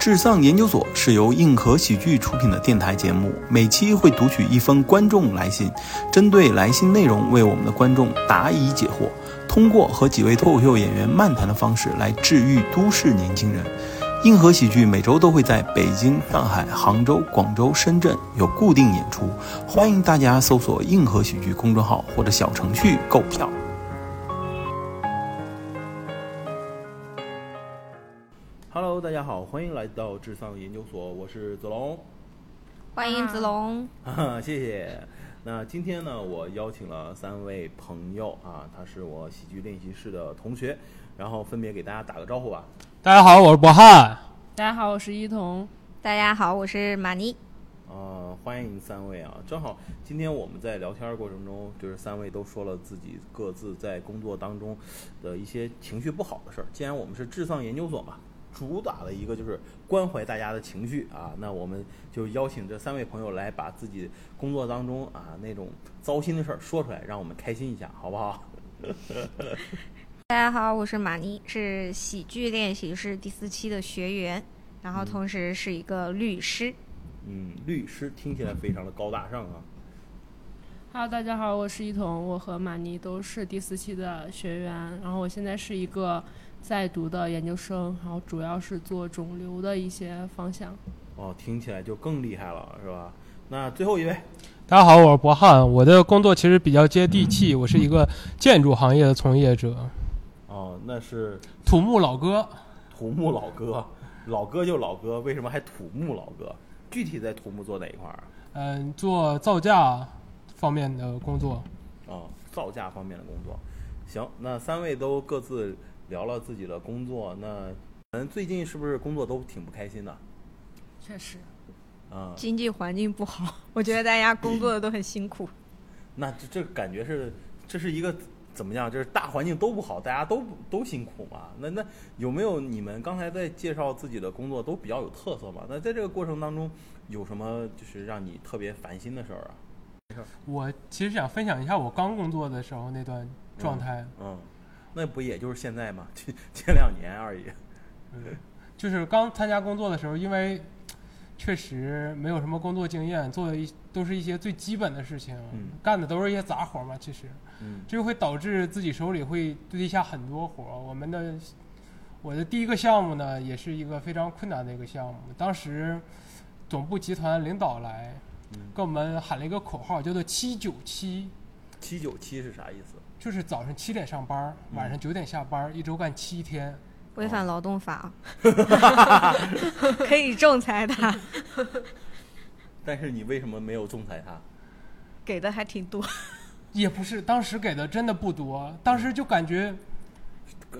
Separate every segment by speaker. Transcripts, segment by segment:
Speaker 1: 智丧研究所是由硬核喜剧出品的电台节目，每期会读取一封观众来信，针对来信内容为我们的观众答疑解惑，通过和几位脱口秀演员漫谈的方式来治愈都市年轻人。硬核喜剧每周都会在北京、上海、杭州、广州、深圳有固定演出，欢迎大家搜索“硬核喜剧”公众号或者小程序购票。Hello，大家好，欢迎来到智丧研究所，我是子龙。
Speaker 2: 欢迎子龙。
Speaker 1: 啊，谢谢。那今天呢，我邀请了三位朋友啊，他是我喜剧练习室的同学，然后分别给大家打个招呼吧。
Speaker 3: 大家好，我是博翰。
Speaker 4: 大家好，我是一彤。
Speaker 2: 大家好，我是马尼。
Speaker 1: 啊，欢迎三位啊！正好今天我们在聊天过程中，就是三位都说了自己各自在工作当中的一些情绪不好的事儿。既然我们是智丧研究所嘛，主打的一个就是关怀大家的情绪啊，那我们就邀请这三位朋友来把自己工作当中啊那种糟心的事儿说出来，让我们开心一下，好不好？
Speaker 2: 大家好，我是马尼，是喜剧练习室第四期的学员，然后同时是一个律师。
Speaker 1: 嗯，律师听起来非常的高大上啊。
Speaker 4: Hello，大家好，我是一彤，我和马尼都是第四期的学员，然后我现在是一个在读的研究生，然后主要是做肿瘤的一些方向。
Speaker 1: 哦，听起来就更厉害了，是吧？那最后一位，
Speaker 3: 大家好，我是博翰。我的工作其实比较接地气，我是一个建筑行业的从业者，
Speaker 1: 哦，那是
Speaker 3: 土木老哥。
Speaker 1: 土木老哥，老哥就老哥，为什么还土木老哥？具体在土木做哪一块儿啊？
Speaker 3: 嗯、做造价方面的工作。
Speaker 1: 啊，造价方面的工作。行，那三位都各自聊了自己的工作，那嗯，最近是不是工作都挺不开心的？
Speaker 4: 确实，
Speaker 1: 啊，
Speaker 2: 经济环境不 好，我觉得大家工作的都很辛苦。
Speaker 1: 那这这感觉是这是一个怎么样？就是大环境都不好，大家都不都辛苦嘛。那那有没有你们刚才在介绍自己的工作都比较有特色嘛？那在这个过程当中，有什么就是让你特别烦心的事儿啊？
Speaker 3: 我其实想分享一下我刚工作的时候那段状态，
Speaker 1: 嗯，那不也就是现在 嘛，这这两年而已。
Speaker 3: 就是刚参加工作的时候，因为确实没有什么工作经验，做的一都是一些最基本的事情，
Speaker 1: 嗯
Speaker 3: 干的都是一些杂活嘛，其实。
Speaker 1: 嗯
Speaker 3: 这就会导致自己手里会堆下很多活儿。我们的我的第一个项目呢，也是一个非常困难的一个项目。当时总部集团领导来
Speaker 1: 嗯，
Speaker 3: 跟我们喊了一个口号，叫做“七九七
Speaker 1: 七九七是啥意思？”，
Speaker 3: 就是早上七点上班儿，
Speaker 1: 嗯
Speaker 3: 晚上九点下班儿，一周干七天。
Speaker 2: 违反劳动法， 可以仲裁他，
Speaker 1: 但是你为什么没有仲裁他？
Speaker 2: 给的还挺多。
Speaker 3: 也不是，当时给的真的不多，当时就感觉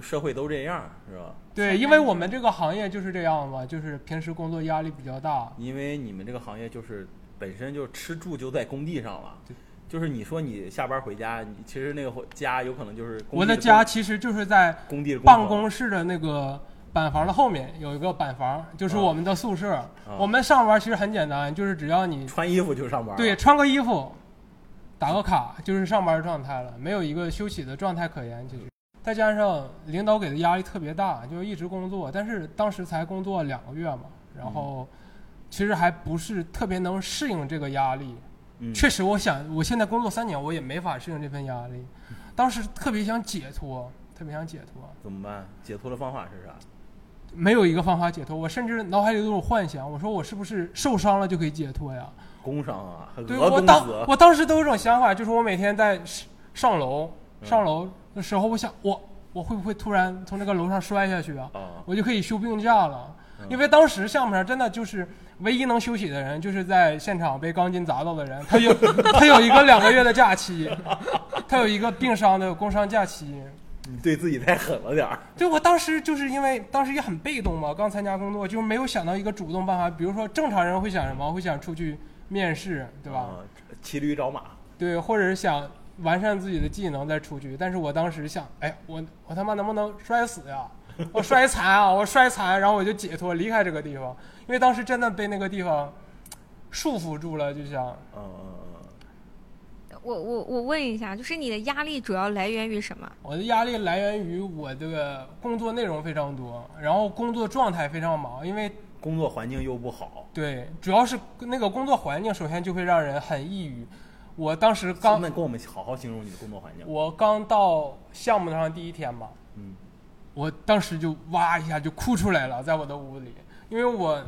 Speaker 1: 社会都这样是吧？
Speaker 3: 对，因为我们这个行业就是这样嘛，就是平时工作压力比较大，
Speaker 1: 因为你们这个行业就是本身就吃住就在工地上了
Speaker 3: 对，
Speaker 1: 就是你说你下班回家，你其实那个回家有可能就是工地
Speaker 3: 我的
Speaker 1: 工
Speaker 3: 家其实就是在
Speaker 1: 工地的工
Speaker 3: 办
Speaker 1: 棚
Speaker 3: 公室的那个板房的后面有一个板房，就是
Speaker 1: 啊
Speaker 3: 我们的宿舍。我们上班其实很简单，就是只要你
Speaker 1: 穿衣服就上班，
Speaker 3: 对，穿个衣服，打个卡，就是上班状态了，没有一个休息的状态可言。其实再加上领导给的压力特别大，就一直工作，但是当时才工作两个月嘛，然后其实还不是特别能适应这个压力。
Speaker 1: 嗯，
Speaker 3: 确实，我想我现在工作三年，我也没法适应这份压力。当时特别想解脱，特别想解脱，
Speaker 1: 怎么办？解脱的方法是啥？
Speaker 3: 没有一个方法解脱。我甚至脑海里都有幻想，我说我是不是受伤了就可以解脱呀？
Speaker 1: 工伤啊，
Speaker 3: 对
Speaker 1: 讹
Speaker 3: 我
Speaker 1: 工
Speaker 3: 当
Speaker 1: 资，
Speaker 3: 我当时都有一种想法，就是我每天在上上楼
Speaker 1: 嗯
Speaker 3: 上楼的时候，我想我我会不会突然从这个楼上摔下去啊？
Speaker 1: 啊，
Speaker 3: 我就可以休病假了。因为当时项目上真的就是唯一能休息的人，就是在现场被钢筋砸到的人，他有 他有一个两个月的假期，他有一个病伤的工伤假期。
Speaker 1: 你对自己太狠了点儿，
Speaker 3: 对我当时就是因为当时也很被动嘛，刚参加工作就是没有想到一个主动办法，比如说正常人会想什么？会想出去面试，对吧？
Speaker 1: 啊？骑驴找马，
Speaker 3: 对，或者是想完善自己的技能再出去。但是我当时想，哎，我我他妈能不能摔死呀？我摔残啊！我摔残，然后我就解脱离开这个地方，因为当时真的被那个地方束缚住了，就想
Speaker 1: 嗯嗯嗯，
Speaker 2: 我我我问一下，就是你的压力主要来源于什么？
Speaker 3: 我的压力来源于我的工作内容非常多，然后工作状态非常忙，因为
Speaker 1: 工作环境又不好，
Speaker 3: 对，主要是那个工作环境，首先就会让人很抑郁。我当时刚
Speaker 1: 那跟我们好好形容你的工作环境。
Speaker 3: 我刚到项目上第一天嘛，
Speaker 1: 嗯，
Speaker 3: 我当时就哇一下就哭出来了，在我的屋里，因为我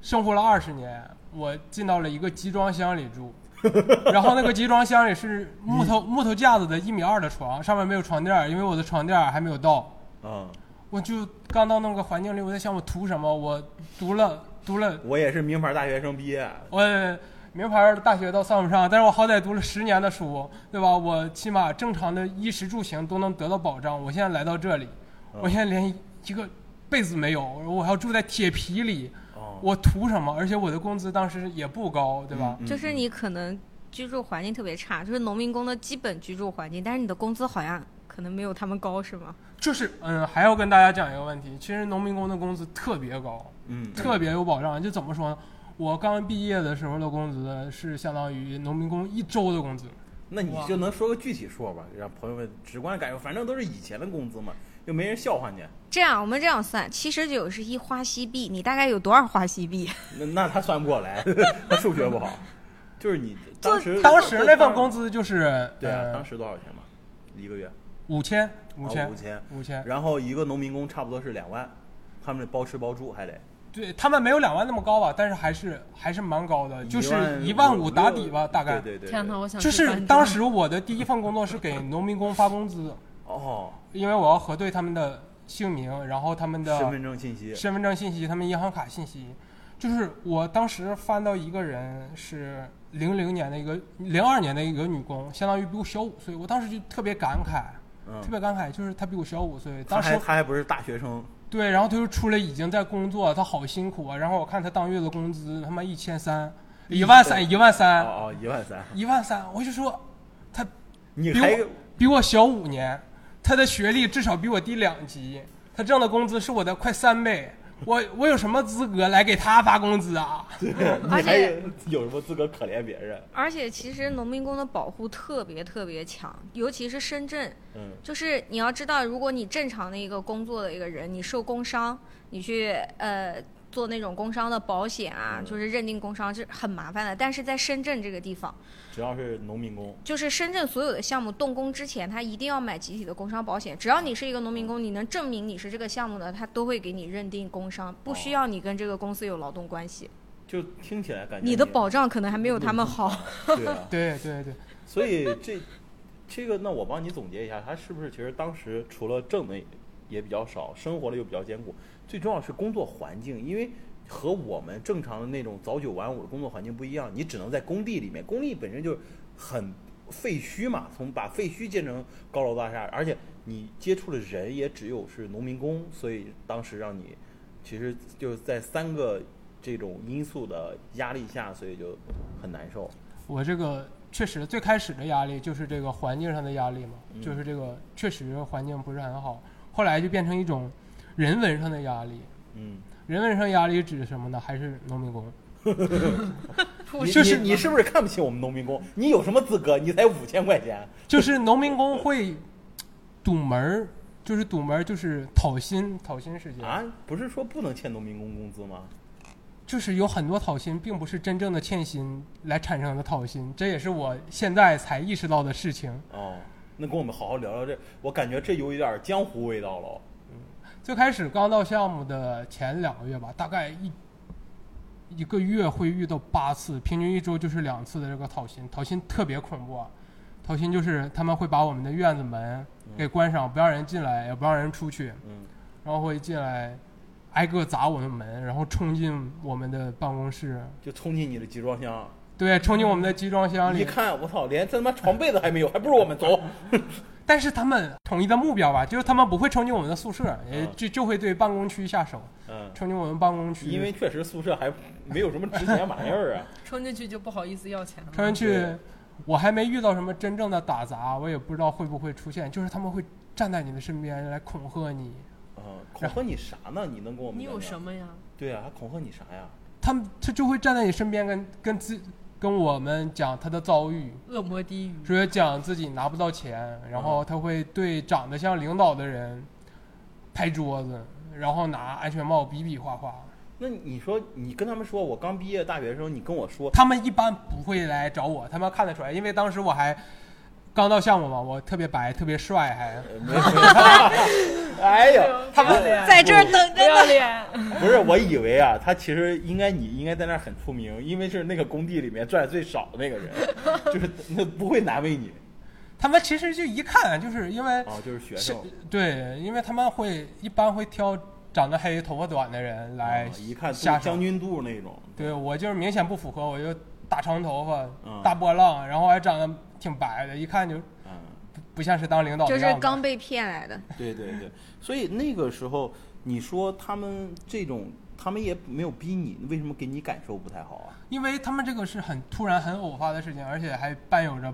Speaker 3: 生活了二十年，我进到了一个集装箱里住，然后那个集装箱里是木头木头架子的一米二的床，上面没有床垫儿，因为我的床垫儿还没有到。
Speaker 1: 嗯，
Speaker 3: 我就刚到那个环境里，我在想我图什么？我读了读了，
Speaker 1: 我也是名牌大学生毕业，
Speaker 3: 我名牌大学倒算不上，但是我好歹读了十年的书，对吧？我起码正常的衣食住行都能得到保障。我现在来到这里，
Speaker 1: 嗯
Speaker 3: 我现在连一个被子没有，我还要住在铁皮里，
Speaker 1: 哦，
Speaker 3: 我图什么？而且我的工资当时也不高，对吧？
Speaker 1: 嗯
Speaker 2: 就是你可能居住环境特别差，就是农民工的基本居住环境，但是你的工资好像可能没有他们高，是吗？
Speaker 3: 就是嗯，还要跟大家讲一个问题，其实农民工的工资特别高，
Speaker 1: 嗯，
Speaker 3: 特别有保障。就怎么说呢？我刚毕业的时候的工资是相当于农民工一周的工资。
Speaker 1: 那你就能说个具体数吧，让朋友们直观感受。反正都是以前的工资嘛，又没人笑话你。
Speaker 2: 这样，我们这样算，七十九是一花西币，你大概有多少花西 币？
Speaker 1: 那那他算不过来， 他数学不好。就是你当时
Speaker 3: 当时那份工资就是
Speaker 1: 对啊，
Speaker 3: 呃
Speaker 1: 当时多少钱嘛？一个月
Speaker 3: 五千五
Speaker 1: 哦
Speaker 3: 千
Speaker 1: 五千，
Speaker 3: 五千，
Speaker 1: 然后一个农民工差不多是两万，他们包吃包住还得
Speaker 3: 对他们没有两万那么高吧，但是还是还是蛮高的，就是一
Speaker 1: 一
Speaker 3: 万
Speaker 1: 五
Speaker 3: 五打底吧，大概。
Speaker 1: 对对对，
Speaker 4: 天哪，
Speaker 1: 对
Speaker 4: 我想
Speaker 3: 就
Speaker 4: 去
Speaker 3: 是
Speaker 4: 搬砖
Speaker 3: 当时我的第一份工作是给农民工发工资，
Speaker 1: 哦，
Speaker 3: 因为我要核对他们的姓名，然后他们的
Speaker 1: 身份证信息
Speaker 3: 身份证信息、他们银行卡信息。就是我当时翻到一个人是零零年的一个零二年的一个女工，相当于比我小五岁，我当时就特别感慨，
Speaker 1: 嗯
Speaker 3: 特，别感慨，就是她比我小五岁，
Speaker 1: 他
Speaker 3: 当时
Speaker 1: 还他还不是大学生，
Speaker 3: 对，然后他就出来已经在工作，他好辛苦啊。然后我看他当月的工资他妈一千三，一万三，一万三，
Speaker 1: 哦哦，一万 三，
Speaker 3: 一万三，我就说他
Speaker 1: 你
Speaker 3: 比
Speaker 1: 还
Speaker 3: 我比我小五年，他的学历至少比我低两级，他挣的工资是我的快三倍，我我有什么资格来给他发工资啊？
Speaker 1: 对
Speaker 2: 而
Speaker 1: 你还
Speaker 2: 且
Speaker 1: 有什么资格可怜别人？
Speaker 2: 而且其实农民工的保护特别特别强，尤其是深圳，
Speaker 1: 嗯，
Speaker 2: 就是你要知道，如果你正常的一个工作的一个人，你受工伤，你去呃做那种工伤的保险啊，
Speaker 1: 嗯
Speaker 2: 就是认定工伤是很麻烦的。但是在深圳这个地方，
Speaker 1: 只要是农民工，
Speaker 2: 就是深圳所有的项目动工之前，他一定要买集体的工伤保险。只要你是一个农民工，你能证明你是这个项目的，他都会给你认定工伤，不
Speaker 4: 哦
Speaker 2: 需要你跟这个公司有劳动关系。
Speaker 1: 就听起来感觉
Speaker 2: 你的保障可能还没有他们好。
Speaker 1: 对啊，
Speaker 3: 对对对，
Speaker 1: 所以这这个，那我帮你总结一下，他是不是其实当时除了挣的也比较少，生活的又比较艰苦，最重要是工作环境，因为和我们正常的那种早九晚五的工作环境不一样，你只能在工地里面，工地本身就是很废墟嘛，从把废墟建成高楼大厦，而且你接触的人也只有是农民工，所以当时让你其实就是在三个这种因素的压力下，所以就很难受。
Speaker 3: 我这个确实最开始的压力就是这个环境上的压力嘛，
Speaker 1: 嗯
Speaker 3: 就是这个确实环境不是很好，后来就变成一种人文上的压力。
Speaker 1: 嗯。
Speaker 3: 人文上压力指什么呢？还是农民工？
Speaker 1: 你
Speaker 3: 就是
Speaker 1: 你你是不是看不起我们农民工？你有什么资格？你才五千块钱，
Speaker 3: 就是农民工会堵门儿，就是堵门儿，就是讨薪，讨薪事件
Speaker 1: 啊，不是说不能欠农民工工资吗？
Speaker 3: 就是有很多讨薪，并不是真正的欠薪来产生的讨薪，这也是我现在才意识到的事情。
Speaker 1: 哦，那跟我们好好聊聊这，我感觉这有一点江湖味道了。
Speaker 3: 最开始刚到项目的前两个月吧，大概一一个月会遇到八次，平均一周就是两次的这个讨薪，讨薪特别恐怖啊！讨薪就是他们会把我们的院子门给关上，不让人进来，也不让人出去。
Speaker 1: 嗯，
Speaker 3: 然后会进来，挨个砸我们门，然后冲进我们的办公室，
Speaker 1: 就冲进你的集装箱，
Speaker 3: 对，冲进我们的集装箱
Speaker 1: 一
Speaker 3: 里。
Speaker 1: 看，我操，连他妈床被子还没有，还不如我们走。
Speaker 3: 但是他们统一的目标吧，就是他们不会冲进我们的宿舍，也
Speaker 1: 嗯
Speaker 3: 就就会对办公区下手，
Speaker 1: 嗯，
Speaker 3: 冲进我们办公区，
Speaker 1: 因为确实宿舍还没有什么值钱玩意儿啊。
Speaker 4: 冲进去就不好意思要钱了。
Speaker 3: 冲进
Speaker 1: 对
Speaker 3: 去，我还没遇到什么真正的打砸，我也不知道会不会出现，就是他们会站在你的身边来恐吓你，
Speaker 1: 嗯，恐吓你啥呢？你能跟我们？
Speaker 4: 你有什
Speaker 1: 么？
Speaker 4: 么呀？
Speaker 1: 对啊，还恐吓你啥呀？
Speaker 3: 他们他就会站在你身边跟跟自跟我们讲他的遭遇，
Speaker 4: 恶魔低语，
Speaker 3: 说讲自己拿不到钱，然
Speaker 1: 嗯
Speaker 3: 后他会对长得像领导的人拍桌子，然后拿安全帽比比划划。
Speaker 1: 那你说你跟他们说，我刚毕业大学的时候，你跟我说，
Speaker 3: 他们一般不会来找我，他们看得出来，因为当时我还刚到项目嘛，我特别白，特别帅，还
Speaker 1: 呃没没 哎呦，
Speaker 4: 他们
Speaker 2: 在这儿等
Speaker 4: 不
Speaker 2: 着
Speaker 4: 要
Speaker 2: 呢。
Speaker 4: 脸，
Speaker 1: 不是，我以为啊，他其实应该你应该在那儿很出名，因为是那个工地里面赚最少的那 个人，就是那不会难为你
Speaker 3: 他们其实就一看就是因为
Speaker 1: 啊，就是学
Speaker 3: 是
Speaker 1: 生，
Speaker 3: 对，因为他们会一般会挑长得黑、头发短的人来
Speaker 1: 啊一看都
Speaker 3: 下手
Speaker 1: 将军肚那种，
Speaker 3: 对我就是明显不符合，我就大长头发、
Speaker 1: 嗯
Speaker 3: 大波浪，然后还长得挺白的，一看就
Speaker 1: 嗯，
Speaker 3: 不不像是当领导的
Speaker 2: 就
Speaker 3: 样子。
Speaker 2: 是刚被骗来的，
Speaker 1: 对对对，所以那个时候你说他们这种，他们也没有逼你，为什么给你感受不太好啊？
Speaker 3: 因为他们这个是很突然、很偶发的事情，而且还伴有着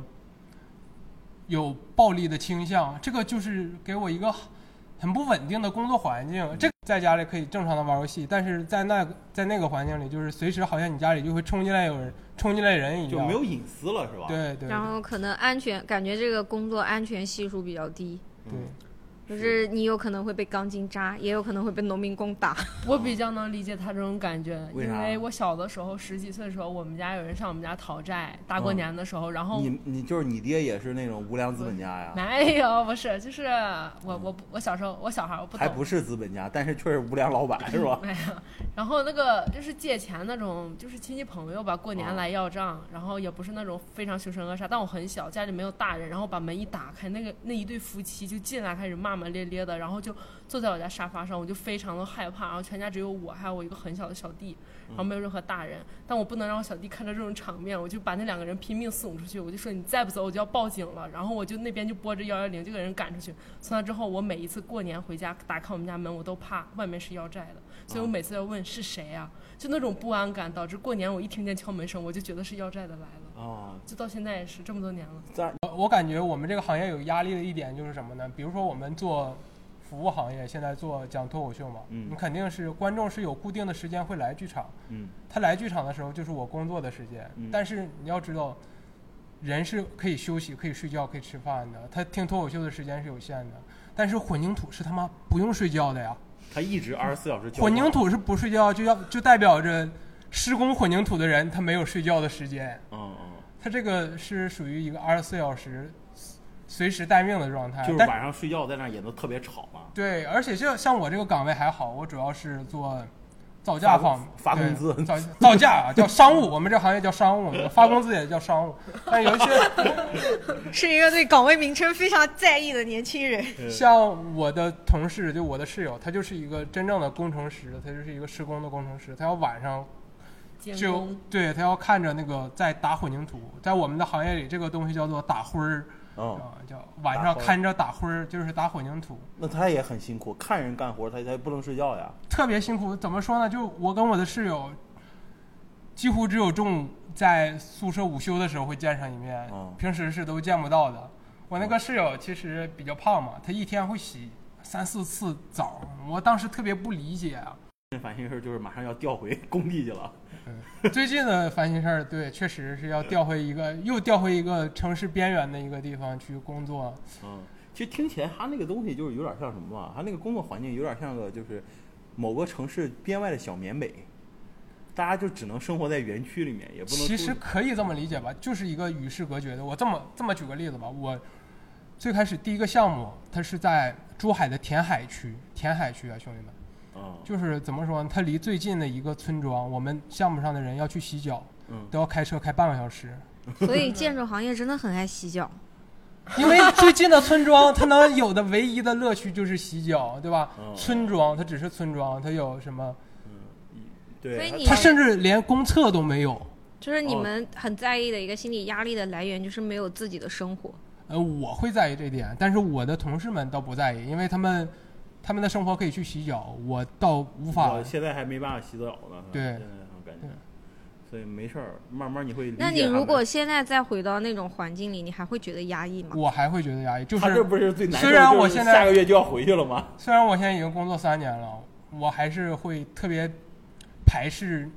Speaker 3: 有暴力的倾向，这个就是给我一个很不稳定的工作环
Speaker 2: 嗯
Speaker 3: 境。这个在家里可以正常的玩游戏，但是在那个在那个环境里，就是随时好像你家里就会冲进来有人，冲进来人一样，
Speaker 1: 就没有隐私了是吧？
Speaker 3: 对对对
Speaker 2: 然后可能安全感觉这个工作安全系数比较低，
Speaker 3: 对
Speaker 1: 嗯
Speaker 2: 就是你有可能会被钢筋扎，也有可能会被农民工打。
Speaker 4: 我比较能理解他这种感觉，
Speaker 1: 为
Speaker 4: 因
Speaker 1: 啥
Speaker 4: 为我小的时候十几岁的时候，我们家有人上我们家讨债，大过
Speaker 1: 嗯
Speaker 4: 年的时候，然后
Speaker 1: 你你就是你爹也是那种无良资本家呀，
Speaker 4: 没有，不是，就是我我不我小时候我小孩我不
Speaker 1: 还
Speaker 4: 懂，
Speaker 1: 不是资本家，但是却是无良老板是吧？
Speaker 4: 没有。然后那个就是借钱那种，就是亲戚朋友吧，过年来要账，然后也不是那种非常凶神恶煞，但我很小，家里没有大人，然后把门一打开，那个那一对夫妻就进来开始骂骂咧咧的，然后就坐在我家沙发上，我就非常的害怕，然后全家只有我还有我一个很小的小弟，然后没有任何大人，但我不能让我小弟看着这种场面，我就把那两个人拼命送出去，我就说你再不走我就要报警了，然后我就那边就拨着幺幺零就给人赶出去。从那之后，我每一次过年回家打开我们家门，我都怕外面是要债的，所以我每次要问是谁啊，就那种不安感，导致过年我一听见敲门声，我就觉得是要债的来了，
Speaker 1: 啊，
Speaker 4: 就到现在也是这么多年了。
Speaker 1: 在
Speaker 3: 我我感觉我们这个行业有压力的一点就是什么呢？比如说我们做服务行业，现在做讲脱口秀嘛，
Speaker 1: 嗯
Speaker 3: 你肯定是观众是有固定的时间会来剧场，
Speaker 1: 嗯
Speaker 3: 他来剧场的时候就是我工作的时间，
Speaker 1: 嗯
Speaker 3: 但是你要知道，人是可以休息、可以睡觉、可以吃饭的，他听脱口秀的时间是有限的。但是混凝土是他妈不用睡觉的呀，
Speaker 1: 他一直二十四小时交
Speaker 3: 混凝土是不睡觉就要就代表着施工混凝土的人他没有睡觉的时间。
Speaker 1: 往，嗯嗯。
Speaker 3: 他这个是属于一个二十四小时随时待命的状态，
Speaker 1: 就是
Speaker 3: 哎但
Speaker 1: 晚上睡觉在那儿也能特别吵嘛，
Speaker 3: 对，而且就像我这个岗位还好，我主要是做造价方面
Speaker 1: 发工
Speaker 3: 对
Speaker 1: 发工资
Speaker 3: 造造价啊，叫商务，我们这行业叫商务，发工资也叫商务。但有 一些
Speaker 2: 是一个对岗位名称非常在意的年轻 人。
Speaker 3: 像我的同事，就我的室友，他就是一个真正的工程师，他就是一个施工的工程师，他要晚上
Speaker 4: 监
Speaker 3: 就
Speaker 4: 工，
Speaker 3: 对他要看着那个在打混凝土，在我们的行业里，这个东西叫做打灰儿。
Speaker 1: 嗯，
Speaker 3: 啊，叫晚
Speaker 1: 打
Speaker 3: 上
Speaker 1: 灰儿
Speaker 3: 看着打灰儿，就是打混凝土，
Speaker 1: 那他也很辛苦，看人干活他他也不能睡觉呀，
Speaker 3: 特别辛苦。怎么说呢？就我跟我的室友，几乎只有中午在宿舍午休的时候会见上一面，
Speaker 1: 哦
Speaker 3: 平时是都见不到的。我那个室友其实比较胖嘛，他一天会洗三四次澡，我当时特别不理解啊。
Speaker 1: 反应是就是马上要调回工地去了，
Speaker 3: 最近的烦心事儿，对，确实是要调回一个，又调回一个城市边缘的一个地方去工作。
Speaker 1: 嗯，其实听起来他那个东西就是有点像什么啊，他那个工作环境有点像个就是某个城市边外的小缅北，大家就只能生活在园区里面，也不能
Speaker 3: 其
Speaker 1: 出
Speaker 3: 实可以这么理解吧，就是一个与世隔绝的。我这么这么举个例子吧，我最开始第一个项目，它是在珠海的填海区，填海区啊，兄弟们，
Speaker 1: 嗯
Speaker 3: 就是怎么说呢？它离最近的一个村庄，我们项目上的人要去洗脚，
Speaker 1: 嗯
Speaker 3: 都要开车开半个小时，
Speaker 2: 所以建筑行业真的很爱洗脚，
Speaker 3: 因为最近的村庄，它能有的唯一的乐趣就是洗脚，对吧？
Speaker 1: 嗯
Speaker 3: 村庄它只是村庄，它有什么？
Speaker 1: 嗯对，
Speaker 2: 所以
Speaker 1: 他
Speaker 2: 你
Speaker 3: 它甚至连公厕都没有。
Speaker 2: 就是你
Speaker 1: 哦
Speaker 2: 们很在意的一个心理压力的来源，就是没有自己的生活。
Speaker 3: 呃，我会在意这一点，但是我的同事们倒不在意，因为他们他们的生活可以去洗脚，我倒无法
Speaker 1: 我。现在还没办法洗澡呢，
Speaker 3: 对
Speaker 1: 现在我感觉
Speaker 3: 对，
Speaker 1: 所以没事儿，慢慢你会理解
Speaker 2: 那你
Speaker 1: 他们
Speaker 2: 如果现在再回到那种环境里，你还会觉得压抑吗？
Speaker 3: 我还会觉得压抑，就
Speaker 1: 他这
Speaker 3: 是
Speaker 1: 不是最难受的，
Speaker 3: 虽然
Speaker 1: 就
Speaker 3: 我
Speaker 1: 是
Speaker 3: 现在
Speaker 1: 下个月就要回去了吗？
Speaker 3: 虽然我现在已经工作三年了，我还是会特别排斥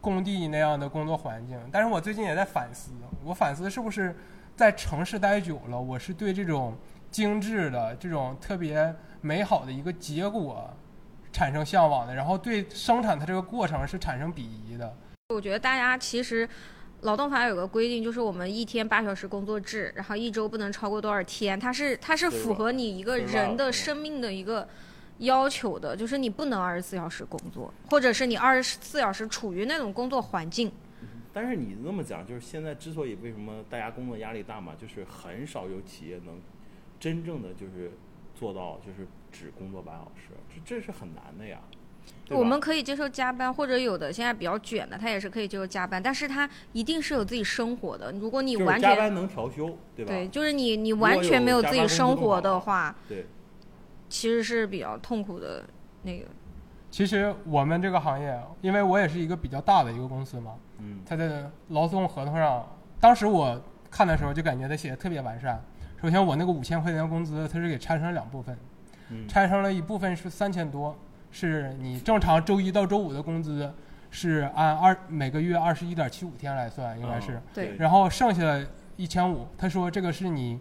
Speaker 3: 工地那样的工作环境。但是我最近也在反思，我反思是不是在城市待久了，我是对这种精致的、这种特别美好的一个结果产生向往的，然后对生产它这个过程是产生鄙夷的。
Speaker 2: 我觉得大家其实。劳动法有个规定，就是我们一天八小时工作制，然后一周不能超过多少天，它是它是符合你一个
Speaker 1: 对吧
Speaker 2: 人的生命的一个要求的，就是你不能二十四小时工作，或者是你二十四小时处于那种工作环境。
Speaker 1: 但是你那么讲，就是现在之所以为什么大家工作压力大嘛，就是很少有企业能真正的就是做到就是只工作八小时，这这是很难的呀。对吧
Speaker 2: 我们可以接受加班，或者有的现在比较卷的，他也是可以接受加班，但是他一定是有自己生活的。如果你
Speaker 1: 就是
Speaker 2: 完
Speaker 1: 加
Speaker 2: 全
Speaker 1: 班能调休，对吧？
Speaker 2: 对，就是你你
Speaker 1: 果
Speaker 2: 完全
Speaker 1: 有
Speaker 2: 没有
Speaker 1: 加
Speaker 2: 自
Speaker 1: 班工
Speaker 2: 己生
Speaker 1: 作更
Speaker 2: 活
Speaker 1: 好
Speaker 2: 的话，
Speaker 1: 对
Speaker 2: 其实是比较痛苦的那个。
Speaker 3: 其实我们这个行业，因为我也是一个比较大的一个公司嘛，
Speaker 1: 嗯，
Speaker 3: 它的劳动合同上，当时我看的时候就感觉它写的特别完善。首先，我那个五千块钱工资，它是给拆成了两部分，
Speaker 1: 嗯
Speaker 3: 拆成了一部分是三千多，是你正常周一到周五的工资，是按二每个月二十一点七五天来算，应该是，
Speaker 1: 嗯
Speaker 2: 对
Speaker 3: 然后剩下一千五，他说这个是你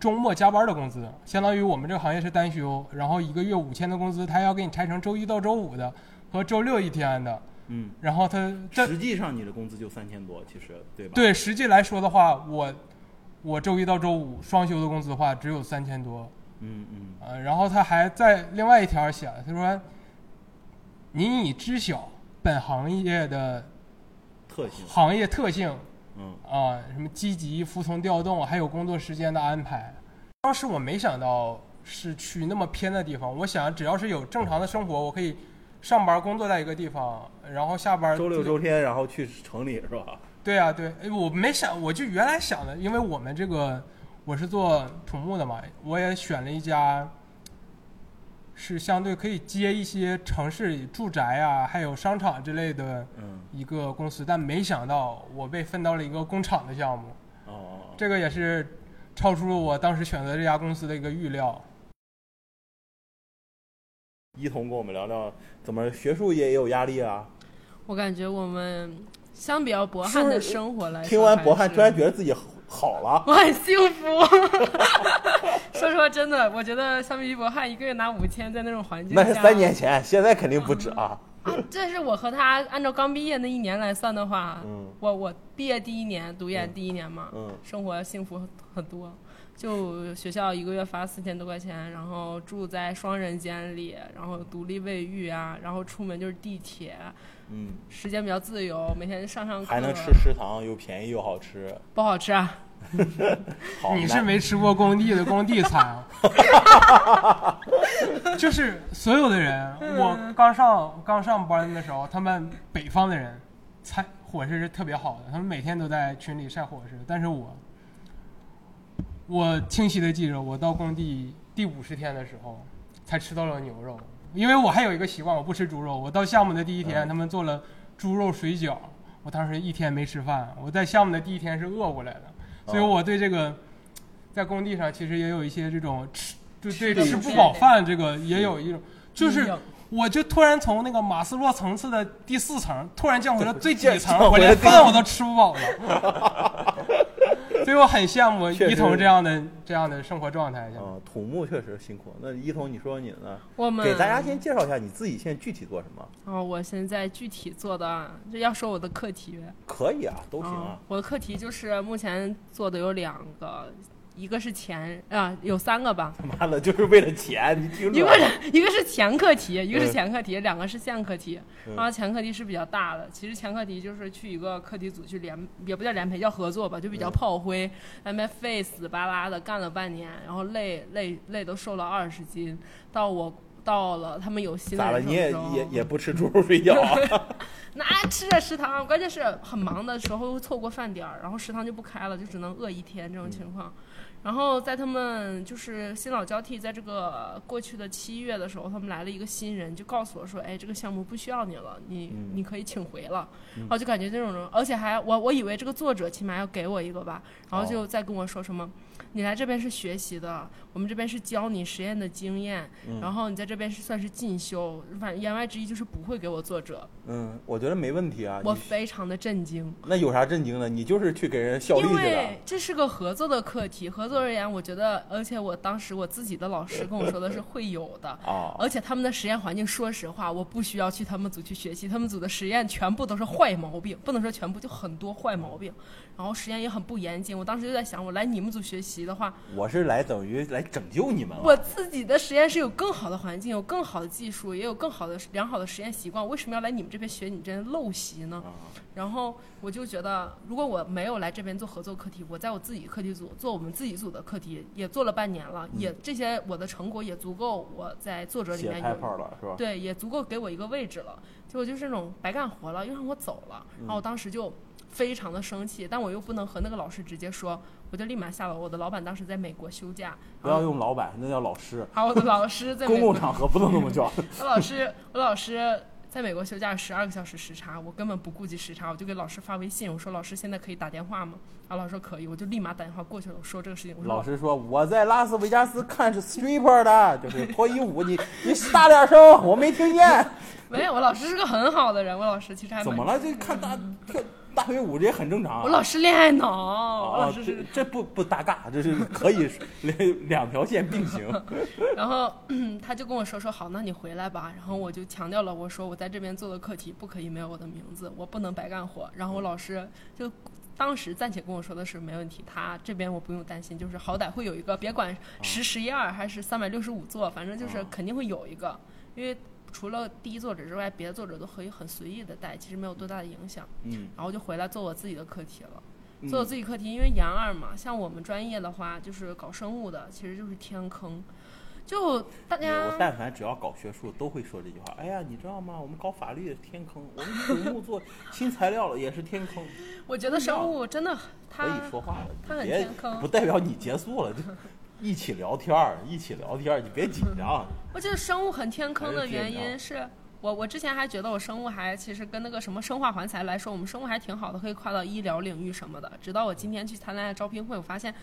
Speaker 3: 周末加班的工资，相当于我们这个行业是单休，然后一个月五千的工资，他要给你拆成周一到周五的和周六一天的，
Speaker 1: 嗯，
Speaker 3: 然后他这
Speaker 1: 实际上你的工资就三千多，其实对吧？
Speaker 3: 对实际来说的话，我我周一到周五双休的工资的话只有三千多，
Speaker 1: 嗯嗯
Speaker 3: 呃，然后他还在另外一条写了，他说您已知晓本行业的
Speaker 1: 特性，
Speaker 3: 行业特性，
Speaker 1: 嗯
Speaker 3: 啊，什么积极、服从调动，还有工作时间的安排。当时我没想到是去那么偏的地方，我想只要是有正常的生活，我可以上班工作在一个地方，然后下班
Speaker 1: 周六周天然后去城里是吧？
Speaker 3: 对啊对，哎我没想，我就原来想的，因为我们这个我是做土木的嘛，我也选了一家是相对可以接一些城市里住宅啊，还有商场之类的
Speaker 1: 嗯
Speaker 3: 一个公司，但没想到我被分到了一个工厂的项目。
Speaker 1: 哦哦，哦
Speaker 3: 这个也是超出了我当时选择这家公司的一个预料。
Speaker 1: 一彤跟我们聊聊怎么学术也有压力啊？
Speaker 4: 我感觉我们相比较博汉的生活来说，
Speaker 1: 听完博汉
Speaker 4: 还哎是
Speaker 1: 突然觉得自己好了，
Speaker 4: 我很幸福。 说实话，真的，我觉得相比于博汉，一个月拿五千，在那种环境下，
Speaker 1: 那是三年前，现在肯定不止啊。
Speaker 4: 啊，这是我和他按照刚毕业那一年来算的话，
Speaker 1: 嗯
Speaker 4: 我我毕业第一年，读研
Speaker 1: 嗯
Speaker 4: 第一年嘛，
Speaker 1: 嗯
Speaker 4: 生活幸福很多。就学校一个月发四千多块钱，然后住在双人间里，然后独立卫浴啊，然后出门就是地铁，
Speaker 1: 嗯，
Speaker 4: 时间比较自由，每天上上课，
Speaker 1: 还能吃食堂，又便宜又好吃。
Speaker 4: 不好吃啊？
Speaker 1: 好，
Speaker 3: 你是
Speaker 1: 那
Speaker 3: 没吃过工地的工地餐啊， 就是所有的人，
Speaker 1: 嗯
Speaker 3: 我刚上刚上班的时候，他们北方的人，餐伙食是特别好的，他们每天都在群里晒伙食，但是我，我清晰的记着，我到工地第五十天的时候，才吃到了牛肉，因为我还有一个习惯，我不吃猪肉，我到项目的第一天，
Speaker 1: 嗯
Speaker 3: 他们做了猪肉水饺，我当时一天没吃饭，我在项目的第一天是饿过来的，所以
Speaker 1: 哦
Speaker 3: 我对这个。在工地上其实也有一些这种吃，就对
Speaker 4: 的
Speaker 3: 吃
Speaker 4: 不
Speaker 3: 不
Speaker 4: 健
Speaker 3: 饱
Speaker 4: 康
Speaker 3: 饭这个也有一种，就
Speaker 4: 阴
Speaker 3: 是
Speaker 4: 影
Speaker 3: 我就突然从那个马斯洛层次的第四层突然降回了最底层
Speaker 1: 降回，了
Speaker 3: 我连
Speaker 1: 最
Speaker 3: 饭我都吃不饱了，所以我很羡慕
Speaker 1: 确实
Speaker 3: 一彤这样的这样的生活状态。
Speaker 1: 啊，土木确实辛苦。那一彤，你说你呢？
Speaker 4: 我们
Speaker 1: 给大家先介绍一下你自己现在具体做什么？
Speaker 4: 然后我现在具体做的啊，这要说我的课题，
Speaker 1: 可以啊，都行
Speaker 4: 嗯
Speaker 1: 啊。，
Speaker 4: 我的课题就是目前做的有两个，一个是前啊，有三个吧，
Speaker 1: 他 妈的，就是为了钱，你听
Speaker 4: 一
Speaker 1: 着
Speaker 4: 个。是一个是前课题，一个是
Speaker 1: 嗯
Speaker 4: 前课题，两个是现课题。
Speaker 1: 嗯
Speaker 4: 然后前课题是比较大的，其实前课题就是去一个课题组去联，也不叫联培，叫合作吧，就比较
Speaker 1: 嗯
Speaker 4: 炮灰，在那边费死巴拉的干了半年，然后累累累都瘦了二十斤，到我到了他们有新的
Speaker 1: 咋了？
Speaker 4: 人
Speaker 1: 你也
Speaker 4: 生中
Speaker 1: 也也不吃猪肉睡觉啊？
Speaker 4: 那吃着食堂，关键是很忙的时候会错过饭点儿，然后食堂就不开了，就只能饿一天这种情况。然后在他们就是新老交替，在这个过去的七月的时候，他们来了一个新人，就告诉我说：“哎，这个项目不需要你了，你、
Speaker 1: 嗯
Speaker 4: 你可以请回了。然后就感觉这种人，而且还我我以为这个作者起码要给我一个吧，然后就再跟我说什么。你来这边是学习的，我们这边是教你实验的经验，然后你在这边是算是进修，反言外之意就是不会给我作者，
Speaker 1: 嗯，我觉得没问题啊。
Speaker 4: 我
Speaker 1: 你
Speaker 4: 非常的震惊。
Speaker 1: 那有啥震惊的？你就是去给人效力
Speaker 4: 因
Speaker 1: 去
Speaker 4: 为
Speaker 1: 了。
Speaker 4: 这是个合作的课题，合作而言，我觉得，而且我当时我自己的老师跟我说的是会有的，
Speaker 1: 啊，
Speaker 4: 而且他们的实验环境，说实话，我不需要去他们组去学习，他们组的实验全部都是坏毛病，不能说全部，就很多坏毛病，然后实验也很不严谨。我当时就在想，我来你们组学习的话，
Speaker 1: 我是来等于来拯救你们了。
Speaker 4: 我自己的实验室有更好的环境，有更好的技术，也有更好的良好的实验习惯，为什么要来你们这边学你这陋习呢？
Speaker 1: 啊，
Speaker 4: 然后我就觉得，如果我没有来这边做合作课题，我在我自己课题组做我们自己组的课题，也做了半年了，也这些我的成果也足够我在作者里
Speaker 1: 嗯写
Speaker 4: 面
Speaker 1: 开
Speaker 4: 有
Speaker 1: 炮了是吧？
Speaker 4: 对，也足够给我一个位置了。结果就是那种白干活了，又让我走了，
Speaker 1: 嗯
Speaker 4: 然后我当时就非常的生气，但我又不能和那个老师直接说，我就立马下楼。我的老板当时在美国休假，
Speaker 1: 不要用老板，那叫老师。
Speaker 4: 然后我的老师在美
Speaker 1: 公共
Speaker 4: 国，
Speaker 1: 场合不能这么 叫。
Speaker 4: 我老师，我老师。在美国休假十二个小时时差，我根本不顾及时差，我就给老师发微信，我说老师现在可以打电话吗？然后老师说可以，我就立马打电话过去了，我说这个事情，我说
Speaker 1: 老师说我在拉斯维加斯看是 stripper 的，就是脱衣舞，你你大点声，我没听见。
Speaker 4: 没有，我老师是个很好的人，我老师其实还蛮
Speaker 1: 怎么了？这看大跳大腿舞这也很正常啊。
Speaker 4: 我老师恋爱脑，我
Speaker 1: 啊
Speaker 4: 老，师是
Speaker 1: 这这不不搭嘎，这是可以两两条线并 行。
Speaker 4: 然后 他就跟我说说好，那你回来吧。然后我就强调了，我说我在这边做的课题不可以没有我的名字，我不能白干活。然后我老师就当时暂且跟我说的是没问题，他这边我不用担心，就是好歹会有一个，别管十十一二还是三百六十五座，反正就是
Speaker 1: 啊
Speaker 4: 肯定会有一个，因为除了第一作者之外，别的作者都可以很随意的带，其实没有多大的影响。
Speaker 1: 嗯，
Speaker 4: 然后就回来做我自己的课题了。
Speaker 1: 嗯
Speaker 4: 做我自己课题，因为研二嘛，像我们专业的话，就是搞生物的，其实就是天坑。就
Speaker 1: 我
Speaker 4: 大家，
Speaker 1: 但凡只要搞学术，都会说这句话。哎呀，你知道吗？我们搞法律天坑，我们土木做新材料了也是天坑，
Speaker 4: 我觉得生物真的，
Speaker 1: 可以
Speaker 4: 它
Speaker 1: 说话了。
Speaker 4: 他很
Speaker 1: 别
Speaker 4: 天坑
Speaker 1: 不代表你结束了，就一起聊天儿，一起聊天儿，你别紧张。
Speaker 4: 我觉得生物很天坑的原
Speaker 1: 还是
Speaker 4: 因是。我我之前还觉得我生物还其实跟那个什么生化环材来说，我们生物还挺好的，可以跨到医疗领域什么的。直到我今天去参加招聘会，我发现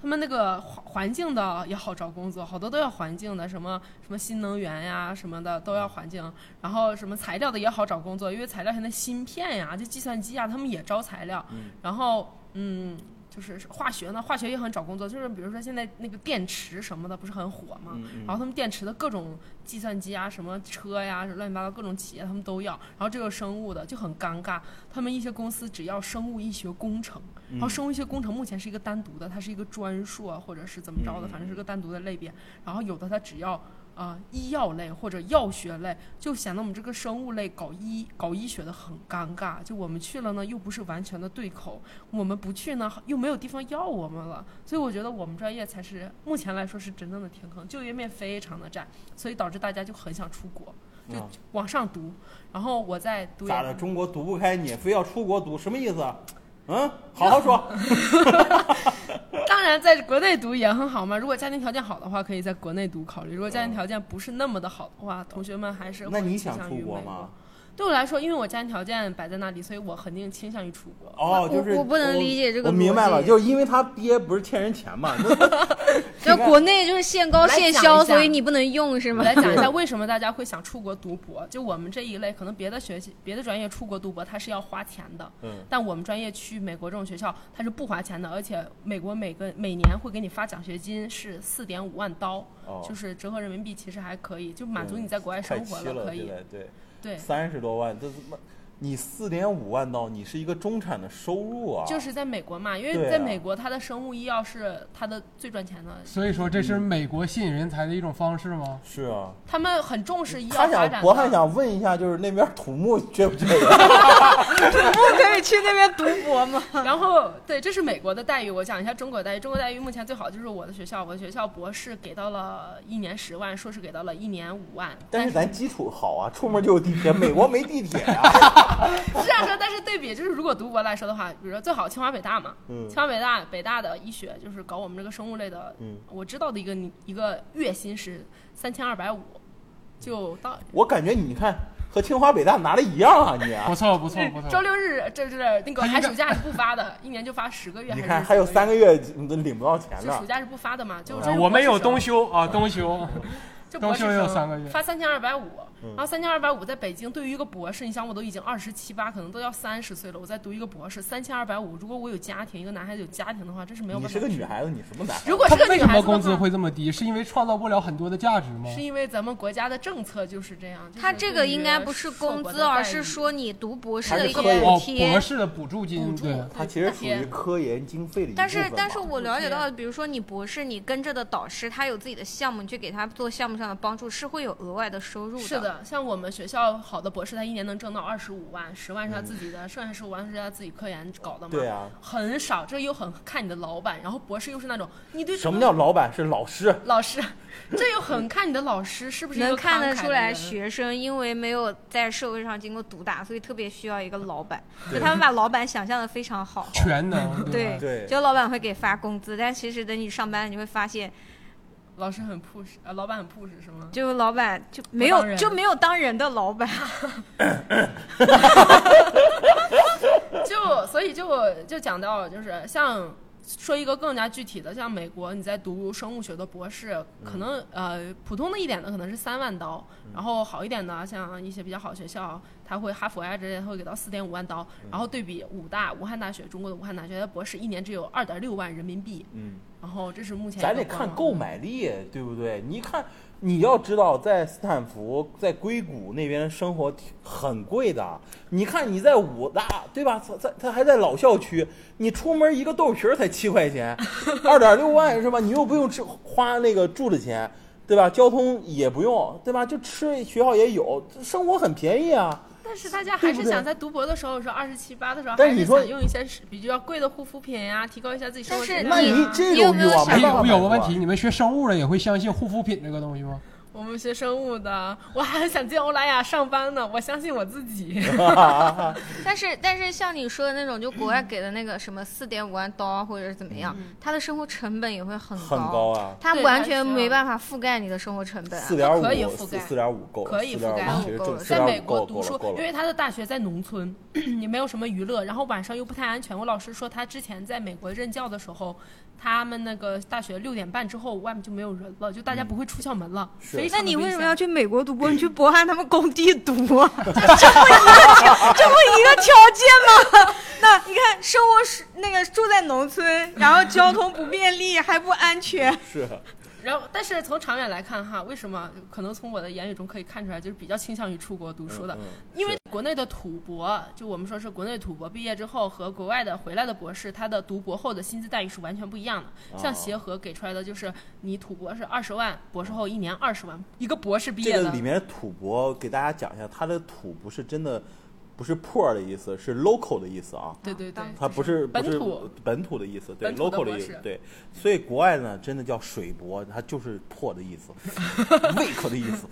Speaker 4: 他们那个环环境的也好找工作，好多都要环境的，什么什么新能源呀什么的都
Speaker 1: 嗯
Speaker 4: 要环境，然后什么材料的也好找工作，因为材料现在芯片呀、就计算机呀，他们也招材料。
Speaker 1: 嗯
Speaker 4: 然后嗯，就是化学呢，化学也很找工作，就是比如说现在那个电池什么的不是很火吗？
Speaker 1: 嗯
Speaker 4: 然后
Speaker 1: 嗯，
Speaker 4: 他们电池的各种计算机啊、什么车呀、乱七八糟各种企业他们都要，然后这个生物的就很尴尬，他们一些公司只要生物医学工程，然后生物医学工程目前是一个单独的，它是一个专硕啊或者是怎么着的，
Speaker 1: 嗯
Speaker 4: 反正是个单独的类别，然后有的它只要。啊、医药类或者药学类，就显得我们这个生物类搞医搞医学的很尴尬。就我们去了呢，又不是完全的对口；我们不去呢，又没有地方要我们了。所以我觉得我们专业才是目前来说是真正的天坑，就业面非常的窄，所以导致大家就很想出国，就
Speaker 1: 啊
Speaker 4: 往上读。然后我在读
Speaker 1: 咋
Speaker 4: 研
Speaker 1: 的？ 中国读不开你，非要出国读，什么意思啊？嗯，好好说。
Speaker 4: 当然，在国内读也很好嘛。如果家庭条件好的话，可以在国内读考虑；如果家庭条件不是那么的好的话，同学们还是
Speaker 1: 嗯那
Speaker 4: 会
Speaker 1: 你
Speaker 4: 倾
Speaker 1: 想
Speaker 4: 向
Speaker 1: 出
Speaker 4: 于
Speaker 1: 国
Speaker 4: 美
Speaker 1: 吗？？
Speaker 4: 对我来说，因为我家庭条件摆在那里，所以我肯定倾向于出国。
Speaker 1: 哦，就是
Speaker 2: 我我不能理解这个
Speaker 1: 我明白
Speaker 2: 逻
Speaker 1: 了，
Speaker 2: 辑
Speaker 1: 就是因为他爹不是欠人钱嘛，那
Speaker 2: 那国内就是限高限销，
Speaker 4: 我来讲一下
Speaker 2: 所以你不能用是
Speaker 4: 我
Speaker 2: 吗？
Speaker 4: 来讲一下为什么大家会想出国读博。就我们这一类，可能别的学习、别的专业出国读博，它是要花钱的。
Speaker 1: 嗯
Speaker 4: 但我们专业去美国这种学校，它是不花钱的，而且美国每个每年会给你发奖学金是四点五万刀，
Speaker 1: 哦
Speaker 4: 就是折合人民币其实还可以，就满足
Speaker 1: 嗯
Speaker 4: 你在国外
Speaker 1: 太
Speaker 4: 生活
Speaker 1: 气了，
Speaker 4: 可以。
Speaker 1: 对对
Speaker 4: 对
Speaker 1: 对，，三十多万，这他妈，你四点五万到，你是一个中产的收入啊，
Speaker 4: 就是在美国嘛，因为
Speaker 1: 对
Speaker 4: 在
Speaker 1: 啊
Speaker 4: 美国，它的生物医药是它的最赚钱的，
Speaker 3: 所以说这是美国吸引人才的一种方式吗？
Speaker 1: 是啊，
Speaker 4: 他们很重视医药
Speaker 1: 他
Speaker 4: 发
Speaker 1: 想
Speaker 4: 展
Speaker 1: 博翰
Speaker 4: 的。
Speaker 1: 想问一下，就是那边土木缺不缺 人？
Speaker 2: 不可以去那边读博吗？
Speaker 4: 然后，对，这是美国的待遇。我讲一下中国待遇。中国待遇目前最好就是我的学校，我的学校博士给到了一年十万，硕士给到了一年五 万。
Speaker 1: 但
Speaker 4: 但
Speaker 1: 是
Speaker 4: 是
Speaker 1: 咱基础好啊，出门就有地铁，美国没地铁啊 呀，
Speaker 4: 这样说，但是对比就是如果读博来说的话，比如说最好清华北大嘛，
Speaker 1: 嗯
Speaker 4: 清华北大北大的医学就是搞我们这个生物类的，
Speaker 1: 嗯
Speaker 4: 我知道的一个一个月薪是三千二百五，就到
Speaker 1: 我感觉你看和清华北大拿的一样啊你 啊
Speaker 3: 不错不错不错。
Speaker 4: 周六日这就是那个寒暑假是不发的，一年就发十个月。
Speaker 1: 你
Speaker 4: 是
Speaker 1: 看还有
Speaker 4: 几个
Speaker 1: 三个月你都领不到钱
Speaker 4: 月，就暑
Speaker 1: 呢。
Speaker 4: 假是不发的嘛？就
Speaker 3: 呃
Speaker 4: 这是
Speaker 3: 我们有
Speaker 4: 博士生
Speaker 3: 冬休啊，冬休，
Speaker 4: 就
Speaker 3: 冬
Speaker 4: 博士
Speaker 3: 休也有
Speaker 4: 生
Speaker 3: 三个月
Speaker 4: 发三千二百五，
Speaker 1: 嗯
Speaker 4: 然后三千二百五在北京，对于一个博士，你想我都已经二十七八，可能都要三十岁了，我再读一个博士，三千二百五，如果我有家庭，一个男孩子有家庭的话，这是没有
Speaker 1: 你
Speaker 4: 办
Speaker 1: 是
Speaker 4: 法。
Speaker 1: 个女，孩子，你什么男孩子？
Speaker 4: 如果
Speaker 3: 他
Speaker 4: 是
Speaker 3: 们
Speaker 4: 个
Speaker 3: 为
Speaker 4: 女
Speaker 3: 什
Speaker 4: 孩
Speaker 3: 么
Speaker 4: 子的
Speaker 3: 工资
Speaker 4: 话，
Speaker 3: 会这么低？是因为创造不了很多的价值吗？
Speaker 4: 是因为咱们国家的政策就是这样。就是
Speaker 2: 他这个
Speaker 4: 对于
Speaker 2: 应该不是工
Speaker 4: 受过
Speaker 2: 资，
Speaker 4: 的
Speaker 2: 而
Speaker 4: 待遇
Speaker 2: 是说你读博士
Speaker 1: 还
Speaker 2: 的
Speaker 1: 是
Speaker 2: 一
Speaker 1: 可
Speaker 2: 个
Speaker 1: 以
Speaker 2: 补
Speaker 3: 哦，
Speaker 2: 贴。
Speaker 3: 博士的补助金，
Speaker 4: 补助
Speaker 3: 对，
Speaker 1: 它其实属于
Speaker 4: 贴
Speaker 1: 科研经费的一部
Speaker 2: 但
Speaker 1: 分
Speaker 2: 是
Speaker 1: 嘛，
Speaker 2: 但是我了解
Speaker 4: 补
Speaker 2: 到，比如说你博士，你跟着的导师，他有自己的项目，你去给他做项目上的帮助，是会有额外的收入
Speaker 4: 是的，像我们学校好的博士，他一年能挣到二十五万，十万是他自己的，剩下十五万是他自己科研搞的嘛。
Speaker 1: 嗯对啊，
Speaker 4: 很少，这又很看你的老板。然后博士又是那种，你对这
Speaker 1: 什么
Speaker 4: 个
Speaker 1: 叫老板是老师？
Speaker 4: 老师， 这又很看你的老师是不是一个
Speaker 2: 能看
Speaker 4: 慷
Speaker 2: 得
Speaker 4: 慨
Speaker 2: 出
Speaker 4: 的
Speaker 2: 来，
Speaker 4: 人
Speaker 2: 学 生因为没有在社会上经过毒打，所以特别需要一个老板。
Speaker 1: 对
Speaker 2: 就他们把老板想象的非常好，
Speaker 3: 全能， 吧？
Speaker 1: 对，
Speaker 2: 就老板会给发工资，但其实等你上班，你会发现，
Speaker 4: 老师很 push，呃，老板很 push 是吗？
Speaker 2: 就老板就没
Speaker 4: 当
Speaker 2: 有
Speaker 4: 人
Speaker 2: 就没有当人的老板。
Speaker 4: 就所以就就讲到就是像说一个更加具体的，像美国你在读生物学的博士，可能
Speaker 1: 嗯
Speaker 4: 呃普通的一点的可能是三万刀，然后好一点的像一些比较好学校，他会哈佛呀之类的他会给到四点五万刀，
Speaker 1: 嗯
Speaker 4: 然后对比武大武汉大学中国的武汉大学的博士一年只有二点六万人民币，
Speaker 1: 嗯，
Speaker 4: 然后这是目前
Speaker 1: 咱
Speaker 4: 一个
Speaker 1: 得
Speaker 4: 官
Speaker 1: 看
Speaker 4: 网
Speaker 1: 购买力，对不对？你看，你要知道，在斯坦福、在硅谷那边生活挺很贵的。你看你在武大，对吧？在在他还在老校区，你出门一个豆皮儿才七块钱，二点六万是吧？你又不用吃花那个住的钱，对吧？交通也不用，对吧？就吃学校也有，生活很便宜啊。
Speaker 4: 但是大家
Speaker 1: 对
Speaker 4: 还
Speaker 1: 不
Speaker 4: 是
Speaker 1: 对
Speaker 4: 想在读博的时候，说二十七八的时候，
Speaker 1: 但
Speaker 4: 还
Speaker 1: 你
Speaker 4: 是
Speaker 1: 说
Speaker 4: 想用一些是比较贵的护肤品呀、提高一下自己生活质
Speaker 2: 但是
Speaker 4: 量啊
Speaker 1: 那
Speaker 4: 呀。
Speaker 2: 你
Speaker 1: 你这种
Speaker 2: 你
Speaker 1: 欲
Speaker 2: 有没有
Speaker 1: 望
Speaker 2: 想
Speaker 1: 没办法
Speaker 3: 我哎有个
Speaker 1: 满
Speaker 3: 问
Speaker 1: 足啊
Speaker 3: 题，你们学生物的也会相信护肤品这个东西吗？
Speaker 4: 我们学生物的，我还想进欧莱雅上班呢，我相信我自 己。
Speaker 2: 但是但是像你说的那种，就国外给的那个什么四点五万刀啊或者是怎么样，他的生活成本也会很
Speaker 1: 很高啊，
Speaker 2: 他
Speaker 4: 对
Speaker 2: 完
Speaker 4: 它
Speaker 2: 全
Speaker 4: 是这样
Speaker 2: 没办法覆盖你的生活成本、啊
Speaker 1: 四。点
Speaker 4: 可以
Speaker 1: 五，
Speaker 4: 覆
Speaker 1: 四
Speaker 4: 盖
Speaker 1: 四点五够了，
Speaker 4: 可以
Speaker 1: 四点
Speaker 4: 覆盖
Speaker 1: 五其实
Speaker 2: 够
Speaker 1: 就
Speaker 2: 了
Speaker 1: 四
Speaker 4: 在
Speaker 1: 点
Speaker 4: 美
Speaker 1: 五够
Speaker 4: 国
Speaker 1: 了够
Speaker 4: 读
Speaker 1: 啊了
Speaker 4: 书
Speaker 1: 够，
Speaker 4: 因
Speaker 1: 了。
Speaker 4: 为他的大学在农村， 也没有什么娱乐，然后晚上又不太安全。我老师说他之前在美国任教的时候，他们那个大学六点半之后外面就没有人了，就大家不会出校门了。
Speaker 1: 嗯是
Speaker 4: 非常
Speaker 2: 那
Speaker 4: 地
Speaker 2: 你
Speaker 4: 危
Speaker 2: 为什么
Speaker 4: 险
Speaker 2: 要去美国读博？你去博汉他们工地读啊， 这不一个这不一个条件吗？那你看，生活是那个住在农村，然后交通不便利，还不安全。
Speaker 1: 是
Speaker 4: 然后，但是从长远来看哈，为什么可能从我的言语中可以看出来，就是比较倾向于出国读书的，
Speaker 1: 嗯嗯
Speaker 4: 因为国内的土博，就我们说是国内土博毕业之后和国外的回来的博士，他的读博后的薪资待遇是完全不一样的。
Speaker 1: 哦
Speaker 4: 像协和给出来的就是你土博是二十万，博士后一年二十万，一个博士毕业
Speaker 1: 这
Speaker 4: 的
Speaker 1: 个里面土博给大家讲一下，它的土不是真的，不是 poor 的意思，是 local 的意思啊。
Speaker 4: 对对对，
Speaker 1: 它不是不
Speaker 4: 本
Speaker 1: 是
Speaker 4: 土
Speaker 1: 本土的意思，对
Speaker 4: 本土的
Speaker 1: local 的
Speaker 4: 博
Speaker 1: 意
Speaker 4: 士
Speaker 1: 思，对，所以国外呢，真的叫水博，它就是破的意 思，weak 的意思，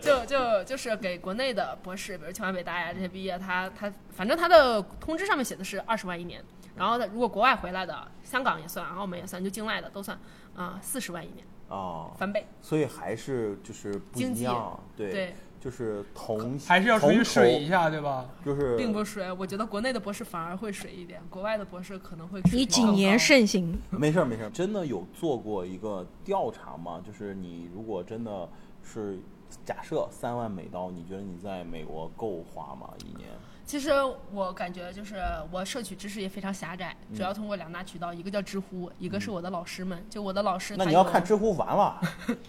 Speaker 4: 就就就是给国内的博士，比如清华北大呀这些毕业，他他反正他的通知上面写的是二十万一年，然后他如果国外回来的，香港也算，澳门也算，就境外的都算，啊、四十万一年，
Speaker 1: 啊、
Speaker 4: 翻倍。
Speaker 1: 所以还是就是不
Speaker 4: 经
Speaker 1: 一
Speaker 4: 济
Speaker 1: 样，对，
Speaker 4: 对
Speaker 1: 就是同
Speaker 3: 还是要出
Speaker 1: 同
Speaker 3: 去
Speaker 1: 口
Speaker 3: 水一下，对吧？
Speaker 1: 就是
Speaker 4: 并不水，我觉得国内的博士反而会水一点，国外的博士可能会
Speaker 2: 你
Speaker 4: 几
Speaker 2: 谨言慎行，
Speaker 1: 没事儿没事儿，真的有做过一个调查吗？就是你如果真的是假设三万美刀，你觉得你在美国够花吗？一年？
Speaker 4: 其实我感觉就是我摄取知识也非常狭窄，主
Speaker 1: 嗯
Speaker 4: 要通过两大渠道，一个叫知乎，一个是我的老师们，就我的老师他有。
Speaker 1: 那你要看知乎完 了，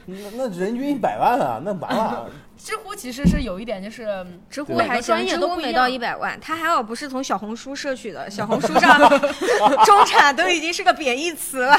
Speaker 1: 那那人均一百万啊，那完了。
Speaker 4: 知乎其实是有一点就是嗯
Speaker 2: 知乎
Speaker 4: 每
Speaker 2: 还
Speaker 4: 个专
Speaker 2: 行，
Speaker 4: 业
Speaker 2: 知
Speaker 4: 都
Speaker 2: 乎
Speaker 4: 不一
Speaker 2: 没
Speaker 4: 样
Speaker 2: 到一百万，他还好不是从小红书摄取的，小红书上中产都已经是个贬义词了。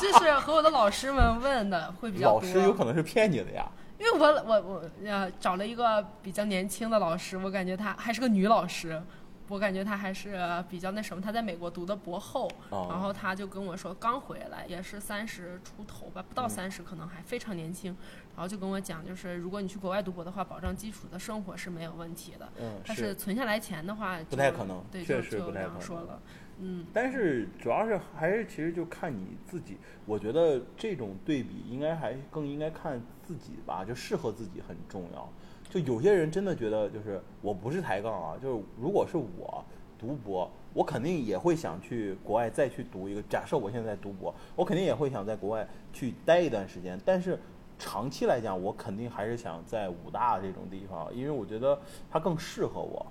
Speaker 4: 就是和我的老师们问的 会比较多。
Speaker 1: 老师有可能是骗你的呀，
Speaker 4: 因为我我我呃找了一个比较年轻的老师，我感觉她还是个女老师，我感觉她还是呃比较那什么。她在美国读的博后，
Speaker 1: 哦
Speaker 4: 然后她就跟我说刚回来，也是三十出头吧，不到三十可能还非常年轻。然后就跟我讲，就是如果你去国外读博的话，保障基础的生活是没有问题的。
Speaker 1: 嗯
Speaker 4: 但
Speaker 1: 是
Speaker 4: 是存下来钱的话，
Speaker 1: 不太
Speaker 4: 就
Speaker 1: 可能
Speaker 4: 对，
Speaker 1: 确
Speaker 4: 就
Speaker 1: 实
Speaker 4: 就
Speaker 1: 不太
Speaker 4: 这
Speaker 1: 可
Speaker 4: 样
Speaker 1: 能
Speaker 4: 说了。嗯，
Speaker 1: 但是主要是还是其实就看你自己。我觉得这种对比应该还更应该看自己吧，就适合自己很重要。就有些人真的觉得，就是我不是抬杠啊，就是如果是我读博，我肯定也会想去国外再去读一个。假设我现在在读博，我肯定也会想在国外去待一段时间。但是长期来讲，我肯定还是想在武大这种地方，因为我觉得它更适合我。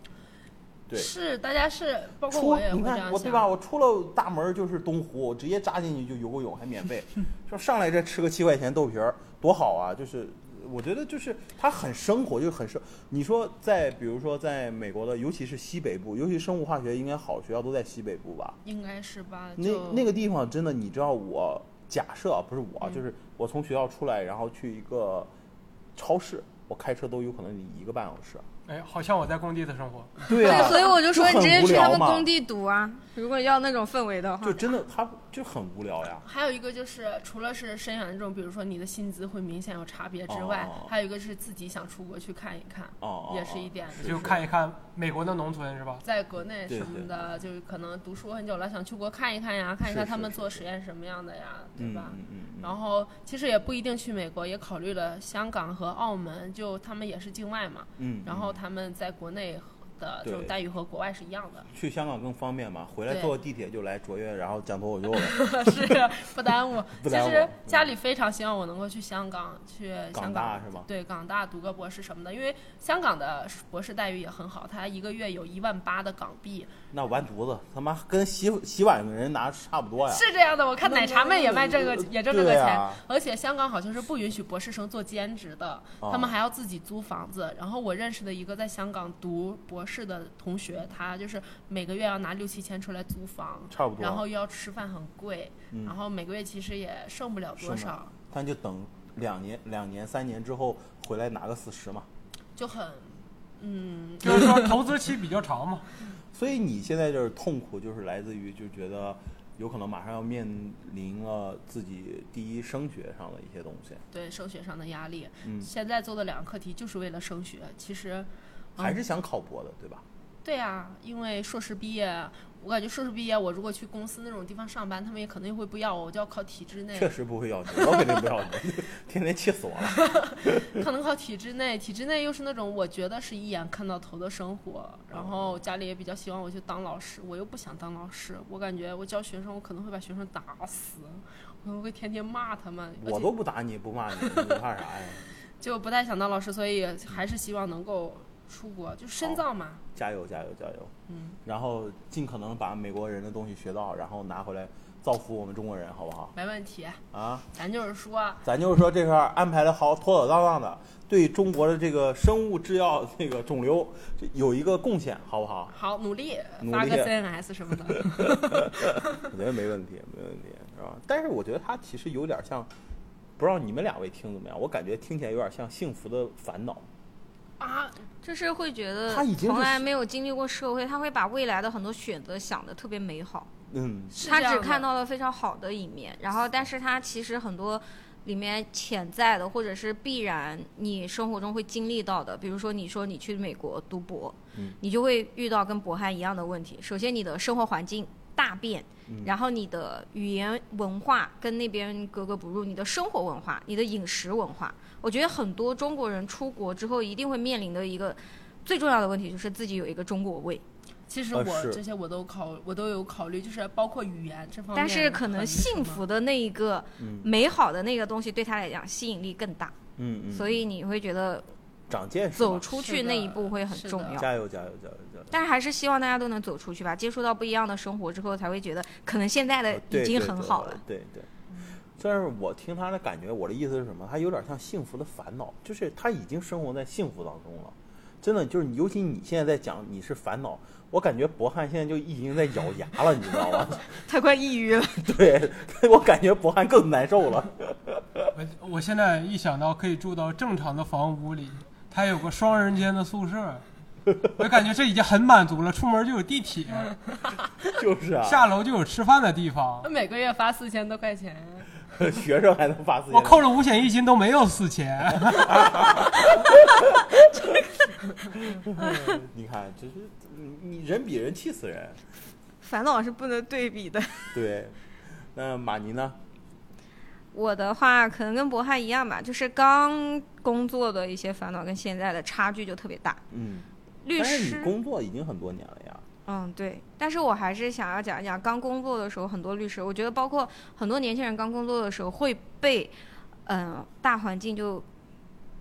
Speaker 1: 对，
Speaker 4: 是大家是，包括
Speaker 1: 出
Speaker 4: 我也会
Speaker 1: 你
Speaker 4: 这样
Speaker 1: 看
Speaker 4: 想，
Speaker 1: 我对吧？我出了大门就是东湖，我直接扎进去就游个泳，还免 费。说上来这吃个七块钱豆皮儿，多好啊！就是我觉得就是它很生活，就是很生。你说在比如说在美国的，尤其是西北部，尤其生物化学应该好学校都在西北部吧？
Speaker 4: 应该是吧？
Speaker 1: 那
Speaker 4: 就
Speaker 1: 那个地方真的，你知道我假设啊不是
Speaker 2: 嗯
Speaker 1: 我，就是我从学校出来，然后去一个超市，我开车都有可能一个半小 时。
Speaker 3: 哎，好像我在工地的生活。
Speaker 1: 对啊，
Speaker 2: 所以我就说你
Speaker 1: 很
Speaker 2: 直接
Speaker 1: 无
Speaker 2: 去
Speaker 1: 聊
Speaker 2: 他们
Speaker 1: 嘛
Speaker 2: 工地读啊，如果要那种氛围的话
Speaker 1: 就。真的它就很无聊呀。
Speaker 4: 还有一个就是，除了是深远这种，比如说你的薪资会明显有差别之外，
Speaker 1: 哦
Speaker 4: 还有一个是自己想出国去看一看，
Speaker 1: 哦，
Speaker 4: 也是一点。
Speaker 1: 是
Speaker 3: 就看一看美国的农村是吧？
Speaker 4: 在国内
Speaker 1: 对
Speaker 4: 什么的，就是可能读书很久了，想出国看一看呀，看一看
Speaker 1: 是
Speaker 4: 他们
Speaker 1: 是
Speaker 4: 做实验什么样的呀，对
Speaker 1: 嗯
Speaker 4: 吧？
Speaker 1: 嗯嗯
Speaker 4: 然后其实也不一定去美国，也考虑了香港和澳门，就他们也是境外嘛，
Speaker 1: 嗯，
Speaker 4: 然后他们在国内的这种
Speaker 1: 对
Speaker 4: 待遇和国外是一样的，
Speaker 1: 去香港更方便嘛，回来
Speaker 4: 对
Speaker 1: 坐地铁就来卓越，然后讲脱口秀了。
Speaker 4: 是啊不耽误。
Speaker 1: 不
Speaker 4: 其
Speaker 1: 耽误
Speaker 4: 实家里非常希望我能够去香港，去
Speaker 1: 港
Speaker 4: 香
Speaker 1: 大
Speaker 4: 港
Speaker 1: 是吗
Speaker 4: 对，港大读个博士什么的，因为香港的博士待遇也很好，他一个月有一万八的港币，
Speaker 1: 那完犊子，他妈跟洗洗碗的人拿差不多呀。
Speaker 4: 是这样的。我看奶茶妹也卖这个，也挣这个
Speaker 1: 对
Speaker 4: 钱。
Speaker 1: 啊
Speaker 4: 而且香港好像是不允许博士生做兼职的，
Speaker 1: 哦
Speaker 4: 他们还要自己租房子。然后我认识的一个在香港读博士的同学，他就是每个月要拿六七千出来租房，
Speaker 1: 差不多嗯
Speaker 4: 然后又要吃饭很贵，然后每个月其实也剩不了
Speaker 1: 剩
Speaker 4: 多
Speaker 1: 不了
Speaker 4: 少，
Speaker 1: 但就等两年、两年、三年之后回来拿个四十嘛。
Speaker 4: 就很。嗯，
Speaker 3: 就是说投资期比较长嘛。
Speaker 1: 所以你现在就是痛苦，就是来自于就觉得有可能马上要面临了自己第一升学上的一些东西，
Speaker 4: 对升学上的压力，
Speaker 1: 嗯
Speaker 4: 现在做的两个课题就是为了升学。其实，嗯
Speaker 1: 还是想考博的，对吧？
Speaker 4: 对啊，因为硕士毕业，我感觉硕士毕业，我如果去公司那种地方上班，他们也可能会不要我，我就要考体制内，
Speaker 1: 确实不会要你，我肯定不要你， 天天气死我了。
Speaker 4: 可能考体制内，体制内又是那种我觉得是一眼看到头的生活，然后家里也比较希望我去当老师，我又不想当老师，我感觉我教学生，我可能会把学生打死，我可能会天天骂他们，而
Speaker 1: 我
Speaker 4: 且
Speaker 1: 都不打你，不骂你，你怕啥呀？
Speaker 4: 就不太想当老师，所以还是希望能够出国，就深造嘛。
Speaker 1: 加油加油加油！嗯，然后尽可能把美国人的东西学到，然后拿回来造福我们中国人，好不好？
Speaker 4: 没问题，
Speaker 1: 啊，
Speaker 4: 咱就是说，
Speaker 1: 咱就是说这块儿安排的好，妥妥当当的，对中国的这个生物制药这个肿瘤这有一个贡献，好不好？
Speaker 4: 好努力
Speaker 1: 努
Speaker 4: 发
Speaker 1: 力
Speaker 4: 个 CNS 什 么的。
Speaker 1: 我觉得没问题，没问题，是吧？但是我觉得它其实有点像，不知道你们两位听怎么样？我感觉听起来有点像《幸福的烦恼》。
Speaker 4: 啊，
Speaker 2: 就是会觉得
Speaker 1: 他已经是
Speaker 2: 从来没有经历过社会，他会把未来的很多选择想的特别美好，
Speaker 1: 嗯，
Speaker 4: 是
Speaker 2: 他
Speaker 4: 这样
Speaker 2: 只
Speaker 4: 的
Speaker 2: 看到了非常好的一面，然后但是他其实很多里面潜在的或者是必然你生活中会经历到的，比如说你说你去美国读博，
Speaker 1: 嗯
Speaker 2: 你就会遇到跟博汉一样的问题，首先你的生活环境。大变，然后你的语言文化跟那边格格不入，你的生活文化、你的饮食文化，我觉得很多中国人出国之后一定会面临的一个最重要的问题，就是自己有一个中国胃。
Speaker 4: 其实
Speaker 1: 呃
Speaker 4: 我
Speaker 1: 是
Speaker 4: 这些我都考，我都有考虑，就是包括语言这哦方面。
Speaker 2: 但是可能幸福，的那一个、美好的那个东西对他来讲吸引力更大，
Speaker 1: 嗯嗯，
Speaker 2: 所以你会觉得
Speaker 1: 长见识嘛，
Speaker 2: 走出去那一步会很重
Speaker 4: 是的
Speaker 2: 要。
Speaker 1: 加油加油加油加油！
Speaker 2: 但是还是希望大家都能走出去吧，接触到不一样的生活之后，才会觉得可能现在的
Speaker 1: 呃对
Speaker 2: 已经
Speaker 1: 对
Speaker 2: 很
Speaker 1: 对
Speaker 2: 好
Speaker 1: 对
Speaker 2: 了。
Speaker 1: 对对。但是我听他的感觉，我的意思是什么？他有点像《幸福的烦恼》，就是他已经生活在幸福当中了。真的，就是你尤其你现在在讲你是烦恼，我感觉博汉现在就已经在咬牙了，你知道吗？
Speaker 2: 他快抑郁了，
Speaker 1: 对， 我感觉博汉更难受了。
Speaker 3: 我我现在一想到可以住到正常的房屋里，它有个双人间的宿舍，我感觉这已经很满足了。出门就有地铁，
Speaker 1: 就是啊，
Speaker 3: 下楼就有吃饭的地方
Speaker 4: 我。每个月发四千多块钱，
Speaker 1: 学生还能发自己
Speaker 3: 我扣了五险一金都没有四千，
Speaker 1: 你看，只是嗯你人比人气死人。
Speaker 2: 烦恼是不能对比的。
Speaker 1: 对，那马尼呢？
Speaker 2: 我的话可能跟博翰一样吧，就是刚工作的一些烦恼跟现在的差距就特别大。
Speaker 1: 嗯，
Speaker 2: 律
Speaker 1: 但是你
Speaker 2: 师，
Speaker 1: 工作已经很多年了呀。
Speaker 2: 嗯，对。但是我还是想要讲一讲刚工作的时候，很多律师，我觉得包括很多年轻人刚工作的时候会被，嗯、大环境就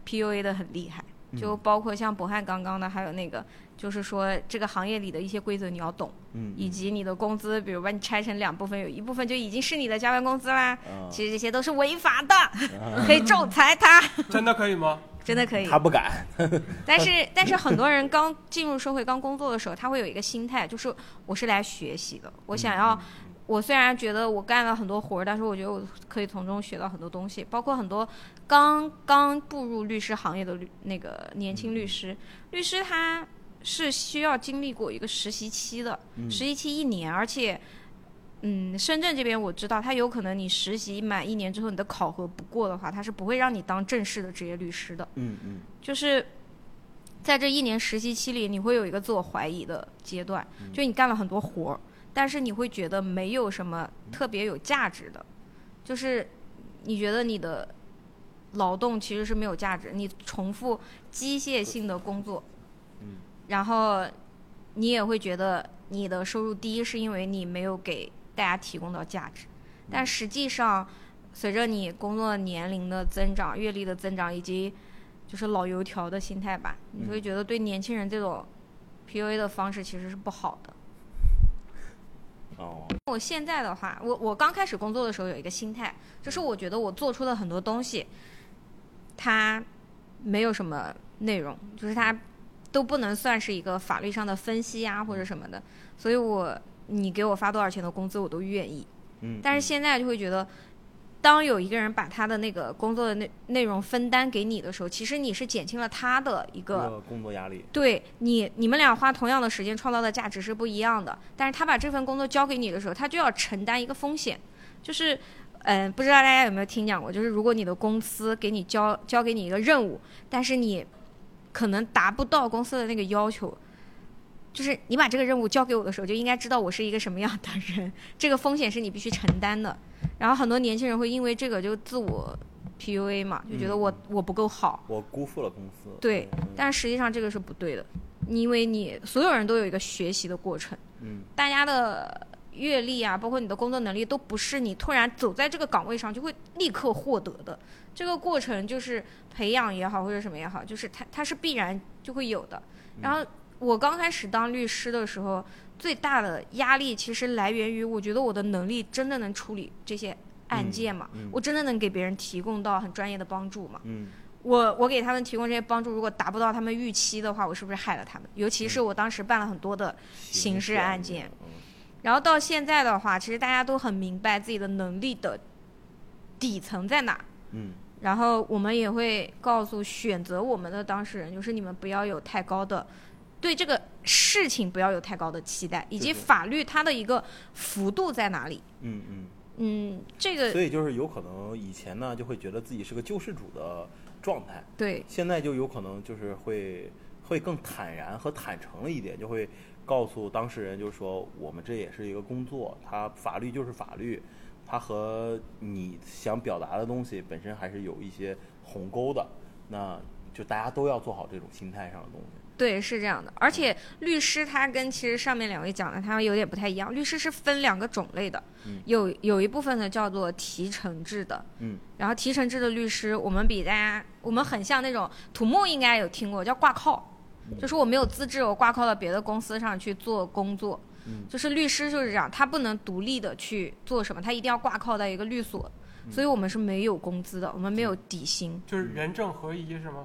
Speaker 2: PUA 的很厉害。
Speaker 1: 嗯
Speaker 2: 就包括像博翰刚刚的，还有那个，就是说这个行业里的一些规则你要懂，
Speaker 1: 嗯，
Speaker 2: 以及你的工资，比如把你拆成两部分，有一部分就已经是你的加班工资啦。
Speaker 1: 嗯
Speaker 2: 其实这些都是违法的，
Speaker 1: 啊
Speaker 2: 可以仲裁他，
Speaker 3: 真的可以吗？
Speaker 2: 真的可以
Speaker 1: 他。不敢。
Speaker 2: 但是但是很多人刚进入社会、刚工作的时候，他会有一个心态，就是我是来学习的，我想要。我虽然觉得我干了很多活儿，但是我觉得我可以从中学到很多东西，包括很多刚刚步入律师行业的律那个年轻律师，律师他是需要经历过一个实习期的，
Speaker 1: 嗯
Speaker 2: 实习期一年，而且，嗯，深圳这边我知道，他有可能你实习满一年之后，你的考核不过的话，他是不会让你当正式的职业律师的。
Speaker 1: 嗯嗯
Speaker 2: 就是在这一年实习期里，你会有一个自我怀疑的阶段，
Speaker 1: 嗯
Speaker 2: 就你干了很多活儿，但是你会觉得没有什么特别有价值的，就是你觉得你的劳动其实是没有价值，你重复机械性的工作，
Speaker 1: 嗯
Speaker 2: 然后你也会觉得你的收入低是因为你没有给大家提供到价值，
Speaker 1: 嗯
Speaker 2: 但实际上。随着你工作年龄的增长、阅历的增长，以及就是老油条的心态吧，你会觉得对年轻人这种 PUA 的方式其实是不好的。
Speaker 1: 哦，
Speaker 2: 我现在的话，我我刚开始工作的时候有一个心态，就是我觉得我做出的很多东西，它没有什么内容，就是它都不能算是一个法律上的分析啊或者什么的，所以我你给我发多少钱的工资我都愿意。
Speaker 1: 嗯。
Speaker 2: 但是现在就会觉得，当有一个人把他的那个工作的内内容分担给你的时候，其实你是减轻了他的一
Speaker 1: 这
Speaker 2: 个
Speaker 1: 个工作压力，
Speaker 2: 对你，你们俩花同样的时间创造的价值是不一样的，但是他把这份工作交给你的时候，他就要承担一个风险，就是，嗯、不知道大家有没有听讲过，就是如果你的公司给你交交给你一个任务，但是你可能达不到公司的那个要求，就是你把这个任务交给我的时候，就应该知道我是一个什么样的人，这个风险是你必须承担的。然后很多年轻人会因为这个就自我 PUA 嘛，就觉得我、我不够好，
Speaker 1: 我辜负了公司。
Speaker 2: 对
Speaker 1: 嗯，
Speaker 2: 但实际上这个是不对的，因为你所有人都有一个学习的过程，
Speaker 1: 嗯
Speaker 2: 大家的阅历啊，包括你的工作能力，都不是你突然走在这个岗位上就会立刻获得的。这个过程就是培养也好，或者什么也好，就是它它是必然就会有的。
Speaker 1: 嗯
Speaker 2: 然后我刚开始当律师的时候，最大的压力其实来源于我觉得我的能力真的能处理这些案件嘛，
Speaker 1: 嗯嗯
Speaker 2: 我真的能给别人提供到很专业的帮助嘛。
Speaker 1: 嗯
Speaker 2: 我我给他们提供这些帮助，如果达不到他们预期的话，我是不是害了他们？尤其
Speaker 1: 嗯
Speaker 2: 是我当时办了很多的，刑事案件，然后到现在的话，其实大家都很明白自己的能力的底层在哪。
Speaker 1: 嗯
Speaker 2: 然后我们也会告诉选择我们的当事人，就是你们不要有太高的对这个事情不要有太高的期待，以及
Speaker 1: 对对
Speaker 2: 法律它的一个幅度在哪里。
Speaker 1: 嗯嗯
Speaker 2: 嗯，这
Speaker 1: 嗯，所
Speaker 2: 个
Speaker 1: 以就是有可能以前呢就会觉得自己是个救世主的状态，
Speaker 2: 对
Speaker 1: 现在就有可能就是会会更坦然和坦诚了一点，就会告诉当事人，就是说我们这也是一个工作，它法律就是法律，它和你想表达的东西本身还是有一些鸿沟的，那就大家都要做好这种心态上的东西。
Speaker 2: 对，是这样的。而且律师他跟其实上面两位讲的他有点不太一样，律师是分两个种类的，
Speaker 1: 嗯
Speaker 2: 有有一部分呢叫做提成制的，
Speaker 1: 嗯
Speaker 2: 然后提成制的律师，我们比大家我们很像那种土木应该有听过叫挂靠，
Speaker 1: 嗯
Speaker 2: 就是我没有资质，我挂靠到别的公司上去做工作。
Speaker 1: 嗯
Speaker 2: 就是律师就是这样，他不能独立的去做什么，他一定要挂靠到一个律所，
Speaker 1: 嗯
Speaker 2: 所以我们是没有工资的，我们没有底薪。
Speaker 3: 就是人证合一是吗？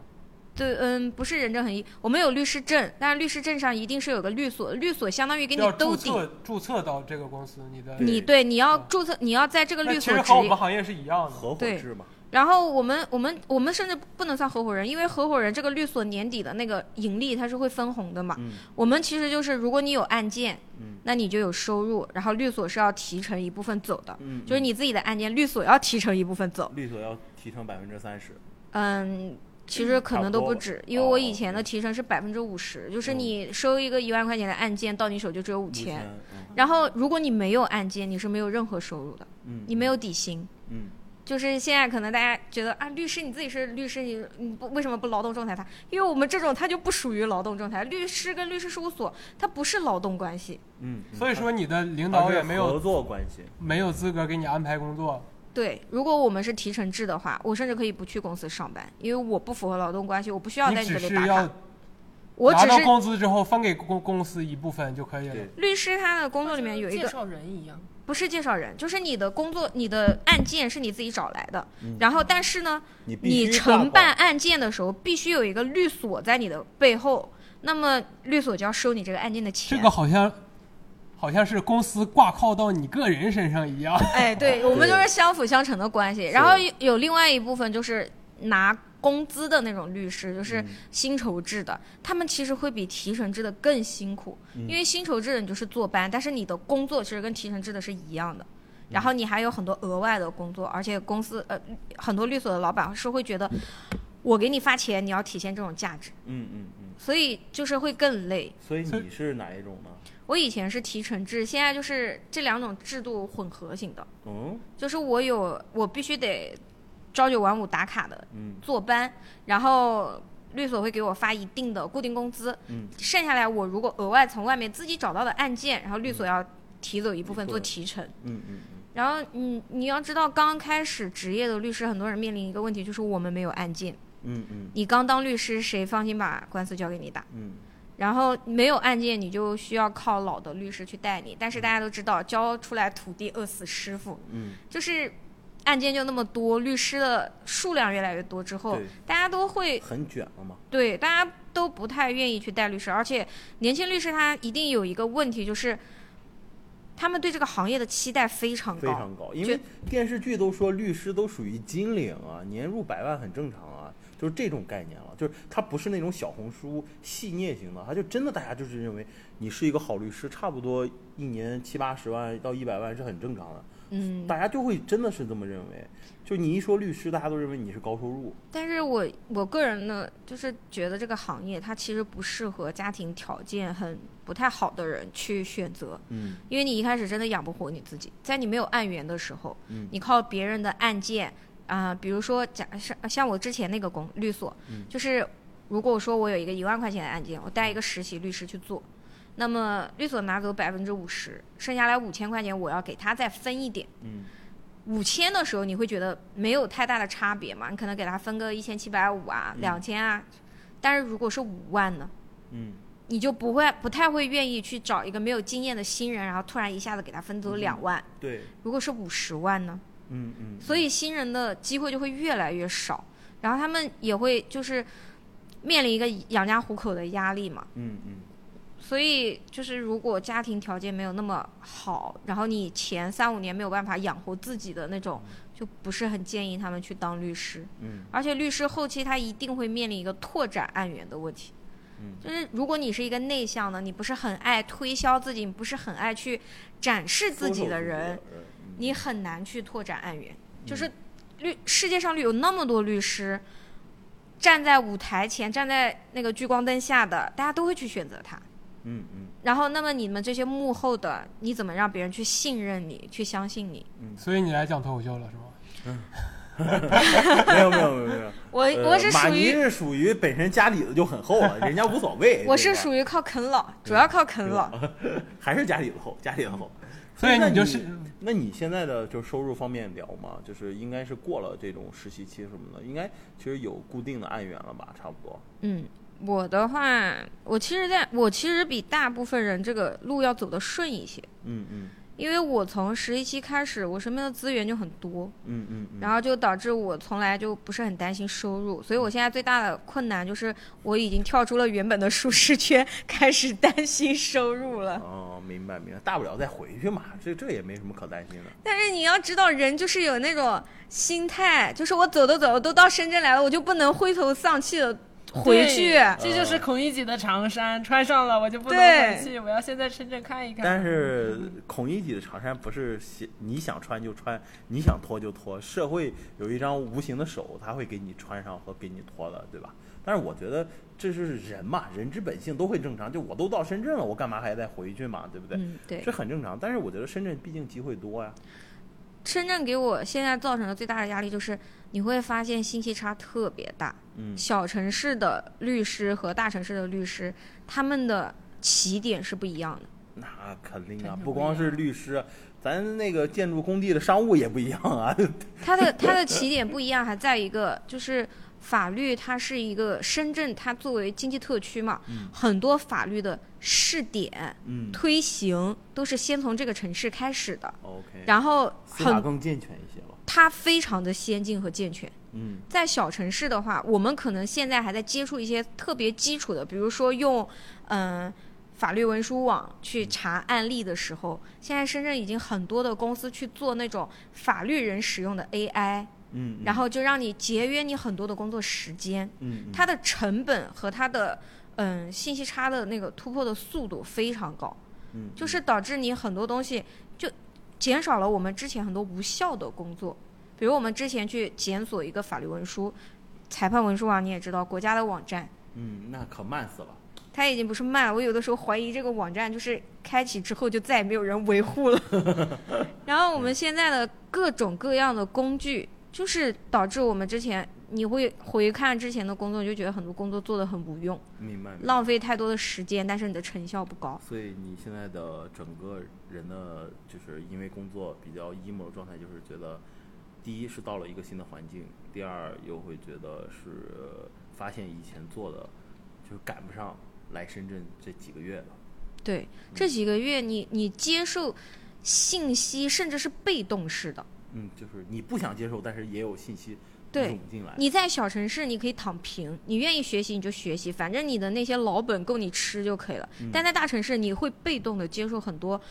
Speaker 2: 对，嗯，不是人证合一，我们有律师证，但是律师证上一定是有个律所，律所相当于给你
Speaker 3: 要
Speaker 2: 兜
Speaker 3: 注
Speaker 2: 底，
Speaker 3: 册注册到这个公司，你的
Speaker 2: 你对你要注册，你要在这个
Speaker 3: 那
Speaker 2: 律
Speaker 3: 其
Speaker 2: 所
Speaker 3: 实
Speaker 2: 执
Speaker 3: 和我
Speaker 2: 业
Speaker 3: 们。行业是一样的。
Speaker 1: 合伙
Speaker 2: 哦对
Speaker 1: 制嘛，
Speaker 2: 然后我们我们我们甚至不能算合伙人，因为合伙人这个律所年底的那个盈利它是会分红的嘛。
Speaker 1: 嗯
Speaker 2: 我们其实就是，如果你有案件，
Speaker 1: 嗯
Speaker 2: 那你就有收入，然后律所是要提成一部分走的，
Speaker 1: 嗯，
Speaker 2: 就是你自己的案件，律所要提成一部分走。
Speaker 1: 律所要提成百分之三十，
Speaker 2: 嗯，其实可能都不止，因为我以前的提成是百分之五十，就是你收一个一万块钱的案件，到你手就只有五
Speaker 1: 五
Speaker 2: 千。
Speaker 1: 嗯
Speaker 2: 然后如果你没有案件，你是没有任何收入的，
Speaker 1: 嗯，
Speaker 2: 你没有底薪。
Speaker 1: 嗯
Speaker 2: 就是现在可能大家觉得啊，律师你自己是律师，你你不为什么不劳动仲裁法？因为我们这种它就不属于劳动仲裁，律师跟律师事务所它不是劳动关系，
Speaker 1: 嗯，嗯
Speaker 3: 所以说你的领
Speaker 1: 它
Speaker 3: 导
Speaker 1: 是
Speaker 3: 也没
Speaker 1: 合
Speaker 3: 有
Speaker 1: 作关系，
Speaker 3: 没有资格给你安排工作，
Speaker 2: 对，如果我们是提成制的话，我甚至可以不去公司上班，因为我不符合劳动关系，我不需要在
Speaker 3: 只
Speaker 2: 这里
Speaker 3: 是
Speaker 2: 打
Speaker 3: 要
Speaker 2: 卡。我
Speaker 3: 拿
Speaker 2: 只
Speaker 3: 到
Speaker 2: 是
Speaker 3: 工资之后分给公公司一部分就可以了
Speaker 1: 对。
Speaker 2: 律师，他的工作里面
Speaker 4: 哦
Speaker 2: 有一
Speaker 5: 介
Speaker 2: 个
Speaker 5: 绍人一样，
Speaker 2: 不是介绍人，就是你的工作，你的案件是你自己找来的，
Speaker 1: 嗯
Speaker 2: 然后但是呢，
Speaker 1: 你必须
Speaker 2: 你
Speaker 1: 挂
Speaker 2: 承
Speaker 1: 保
Speaker 2: 办案件的时候必须有一个律所在你的背后，那么律所就要收你这个案件的钱。
Speaker 3: 这个好像好像是公司挂靠到你个人身上一样。
Speaker 2: 哎，对，我们就是相辅相成的关系。然后有有另外一部分就是拿工资的那种律师，就是
Speaker 1: 嗯
Speaker 2: 薪酬制的，他们其实会比提成制的更辛苦，
Speaker 1: 嗯
Speaker 2: 因为薪酬制的你就是坐班，但是你的工作其实跟提成制的是一样的。然后你还有很多额外的工作，而且公司呃很多律所的老板是会觉得，我给你发钱，你要体现这种价值，
Speaker 1: 嗯嗯嗯，
Speaker 2: 所以就是会更累。
Speaker 1: 所以
Speaker 3: 所以
Speaker 1: 你是哪一种呢？
Speaker 2: 我以前是提成制，现在就是这两种制度混合型的。
Speaker 1: 嗯
Speaker 2: 就是我有我必须得朝九晚五打卡的
Speaker 1: 嗯
Speaker 2: 坐班，然后律所会给我发一定的固定工资，
Speaker 1: 嗯
Speaker 2: 剩下来我如果额外从外面自己找到的案件，然后律所要提走一部
Speaker 1: 嗯
Speaker 2: 分
Speaker 1: 对
Speaker 2: 做提成。
Speaker 1: 嗯嗯嗯，
Speaker 2: 然后你你要知道，刚开始职业的律师，很多人面临一个问题，就是我们没有案件。
Speaker 1: 嗯嗯
Speaker 2: 你刚当律师，谁放心把官司交给你打？
Speaker 1: 嗯，
Speaker 2: 然后没有案件，你就需要靠老的律师去带你。但是大家都知道，教出来徒弟饿死师傅。
Speaker 1: 嗯，
Speaker 2: 就是案件就那么多，律师的数量越来越多之后
Speaker 1: 对，
Speaker 2: 大家都会
Speaker 1: 很卷了嘛。
Speaker 2: 对大家都不太愿意去带律师，而且年轻律师他一定有一个问题，就是他们对这个行业的期待非常
Speaker 1: 非
Speaker 2: 高。
Speaker 1: 常高，因为电视剧都说律师都属于金领啊，年入百万很正常啊，就是这种概念了。就是他不是那种小红书戏谑型的，他就真的大家就是认为你是一个好律师，差不多一年七八十万到一百万是很正常的，
Speaker 2: 嗯，
Speaker 1: 大家就会真的是这么认为。就你一说律师，大家都认为你是高收入，
Speaker 2: 但是我我个人呢，就是觉得这个行业它其实不适合家庭条件很不太好的人去选择，
Speaker 1: 嗯
Speaker 2: 因为你一开始真的养不活你自己，在你没有案源的时候，
Speaker 1: 嗯
Speaker 2: 你靠别人的案件啊、比如说假像像我之前那个公律所，
Speaker 1: 嗯
Speaker 2: 就是如果我说我有一个一万块钱的案件，我带一个实习律师去做，那么律所拿走百分之五十，剩下来五千块钱我要给他再分一点。
Speaker 1: 嗯
Speaker 2: 五千的时候你会觉得没有太大的差别嘛，你可能给他分个一千七百五啊、
Speaker 1: 嗯
Speaker 2: 两千啊，但是如果是五万呢？
Speaker 1: 嗯，
Speaker 2: 你就不会不太会愿意去找一个没有经验的新人，然后突然一下子给他分走两万。
Speaker 1: 对，
Speaker 2: 如果是五十万呢？
Speaker 1: 嗯嗯，
Speaker 2: 所以新人的机会就会越来越少，然后他们也会就是面临一个养家糊口的压力嘛。
Speaker 1: 嗯嗯
Speaker 2: 所以就是如果家庭条件没有那么好，然后你前三五年没有办法养活自己的那种，就不是很建议他们去当律师。
Speaker 1: 嗯
Speaker 2: 而且律师后期他一定会面临一个拓展案源的问题。
Speaker 1: 嗯
Speaker 2: 就是如果你是一个内向的，你不是很爱推销自己，你不是很爱去展示自己的人，，
Speaker 1: 嗯
Speaker 2: 你很难去拓展案源。就是律世界上有那么多律师，站在舞台前，站在那个聚光灯下的，大家都会去选择他。
Speaker 1: 嗯嗯
Speaker 2: 然后，那么你们这些幕后的，你怎么让别人去信任你，去相信你？
Speaker 3: 所以你来讲脱口秀了是吗？
Speaker 1: 嗯，没有没有没有没有。
Speaker 2: 我、
Speaker 1: 呃
Speaker 2: 哎我是
Speaker 1: 马
Speaker 2: 属
Speaker 1: 尼
Speaker 2: 于
Speaker 1: 是属于本身家底子就很厚 了，人家无所谓。
Speaker 2: 我是属
Speaker 1: 于
Speaker 2: 于靠啃老，主要靠啃老。
Speaker 1: 还是家底子厚，家底子厚。
Speaker 3: 所以
Speaker 1: 那
Speaker 3: 你就是
Speaker 1: 那你现在的就收入方面聊嘛，就是应该是过了这种实习期什么的，应该其实有固定的案源了吧，差不多。
Speaker 2: 嗯，我的话，我其实在我其实比大部分人这个路要走得顺一些，
Speaker 1: 嗯嗯
Speaker 2: 因为我从实习期开始，我身边的资源就很多。
Speaker 1: 嗯嗯嗯。
Speaker 2: 然后就导致我从来就不是很担心收入，所以我现在最大的困难就是我已经跳出了原本的舒适圈，开始担心收入了。
Speaker 1: 哦，明白明白，大不了再回去嘛，这这也没什么可担心的。
Speaker 2: 但是你要知道，人就是有那种心态，就是我走都走，我都到深圳来了，我就不能灰头丧气的回
Speaker 1: 嗯
Speaker 2: 去。
Speaker 1: 呃
Speaker 5: 这就是孔乙己的长衫，穿上了我就不能
Speaker 2: 对
Speaker 5: 回去，我要先在深圳看一看。
Speaker 1: 但是孔乙己的长衫不是写你想穿就穿，你想脱就脱，社会有一张无形的手，他会给你穿上和给你脱的，对吧？但是我觉得这是人嘛，人之本性都会正常。就我都到深圳了，我干嘛还再回去嘛，对不对？
Speaker 2: 嗯，对
Speaker 1: 这，很正常。但是我觉得深圳毕竟机会多呀，
Speaker 2: 深圳给我现在造成的最大的压力就是，你会发现信息差特别大。
Speaker 1: 嗯
Speaker 2: 小城市的律师和大城市的律师，他们的起点是不一样的。
Speaker 1: 那肯定
Speaker 4: 肯
Speaker 1: 啊
Speaker 4: 定，
Speaker 1: 不
Speaker 4: 不一
Speaker 1: 光是
Speaker 4: 样
Speaker 1: 律师，啊咱那个建筑工地的商务也不一样啊。
Speaker 2: 他的他的起点不一样，还在一个就是法律，它是一个深圳，它作为经济特区嘛，
Speaker 1: 嗯
Speaker 2: 很多法律的试点
Speaker 1: 嗯
Speaker 2: 推行都是先从这个城市开始的，
Speaker 1: ，OK，
Speaker 2: 然后
Speaker 1: 司法
Speaker 2: 很
Speaker 1: 更健全一些吧。
Speaker 2: 它非常的先进和健全。
Speaker 1: 嗯
Speaker 2: 在小城市的话，我们可能现在还在接触一些特别基础的，比如说用嗯、呃法律文书网去
Speaker 1: 嗯
Speaker 2: 查案例的时候，现在深圳已经很多的公司去做那种法律人使用的 AI，
Speaker 1: 嗯，
Speaker 2: 然后就让你节约你很多的工作时间，
Speaker 1: 嗯，嗯
Speaker 2: 它的成本和它的嗯信息差的那个突破的速度非常高。
Speaker 1: 嗯
Speaker 2: 就是导致你很多东西就减少了我们之前很多无效的工作，比如我们之前去检索一个法律文书、裁判文书啊网，你也知道国家的网站，
Speaker 1: 嗯，那可慢死了。
Speaker 2: 它已经不是慢了，我有的时候怀疑这个网站就是开启之后就再也没有人维护了。然后我们现在的各种各样的工具，就是导致我们之前你会回看之前的工作，你就觉得很多工作做的很无用，
Speaker 1: 明白。明白
Speaker 2: 浪费太多的时间，但是你的成效不高。
Speaker 1: 所以你现在的整个人的，就是因为工作比较 emo 的状态，就是觉得，第一是到了一个新的环境，第二又会觉得是发现以前做的，就是赶不上来深圳这几个月了。
Speaker 2: 对，这几个月你你接受信息甚至是被动式的。
Speaker 1: 嗯，就是你不想接受，但是也有信息
Speaker 2: 对
Speaker 1: 涌进来。
Speaker 2: 你在小城市，你可以躺平，你愿意学习你就学习，反正你的那些老本够你吃就可以了。
Speaker 1: 嗯
Speaker 2: 但在大城市，你会被动的接受很多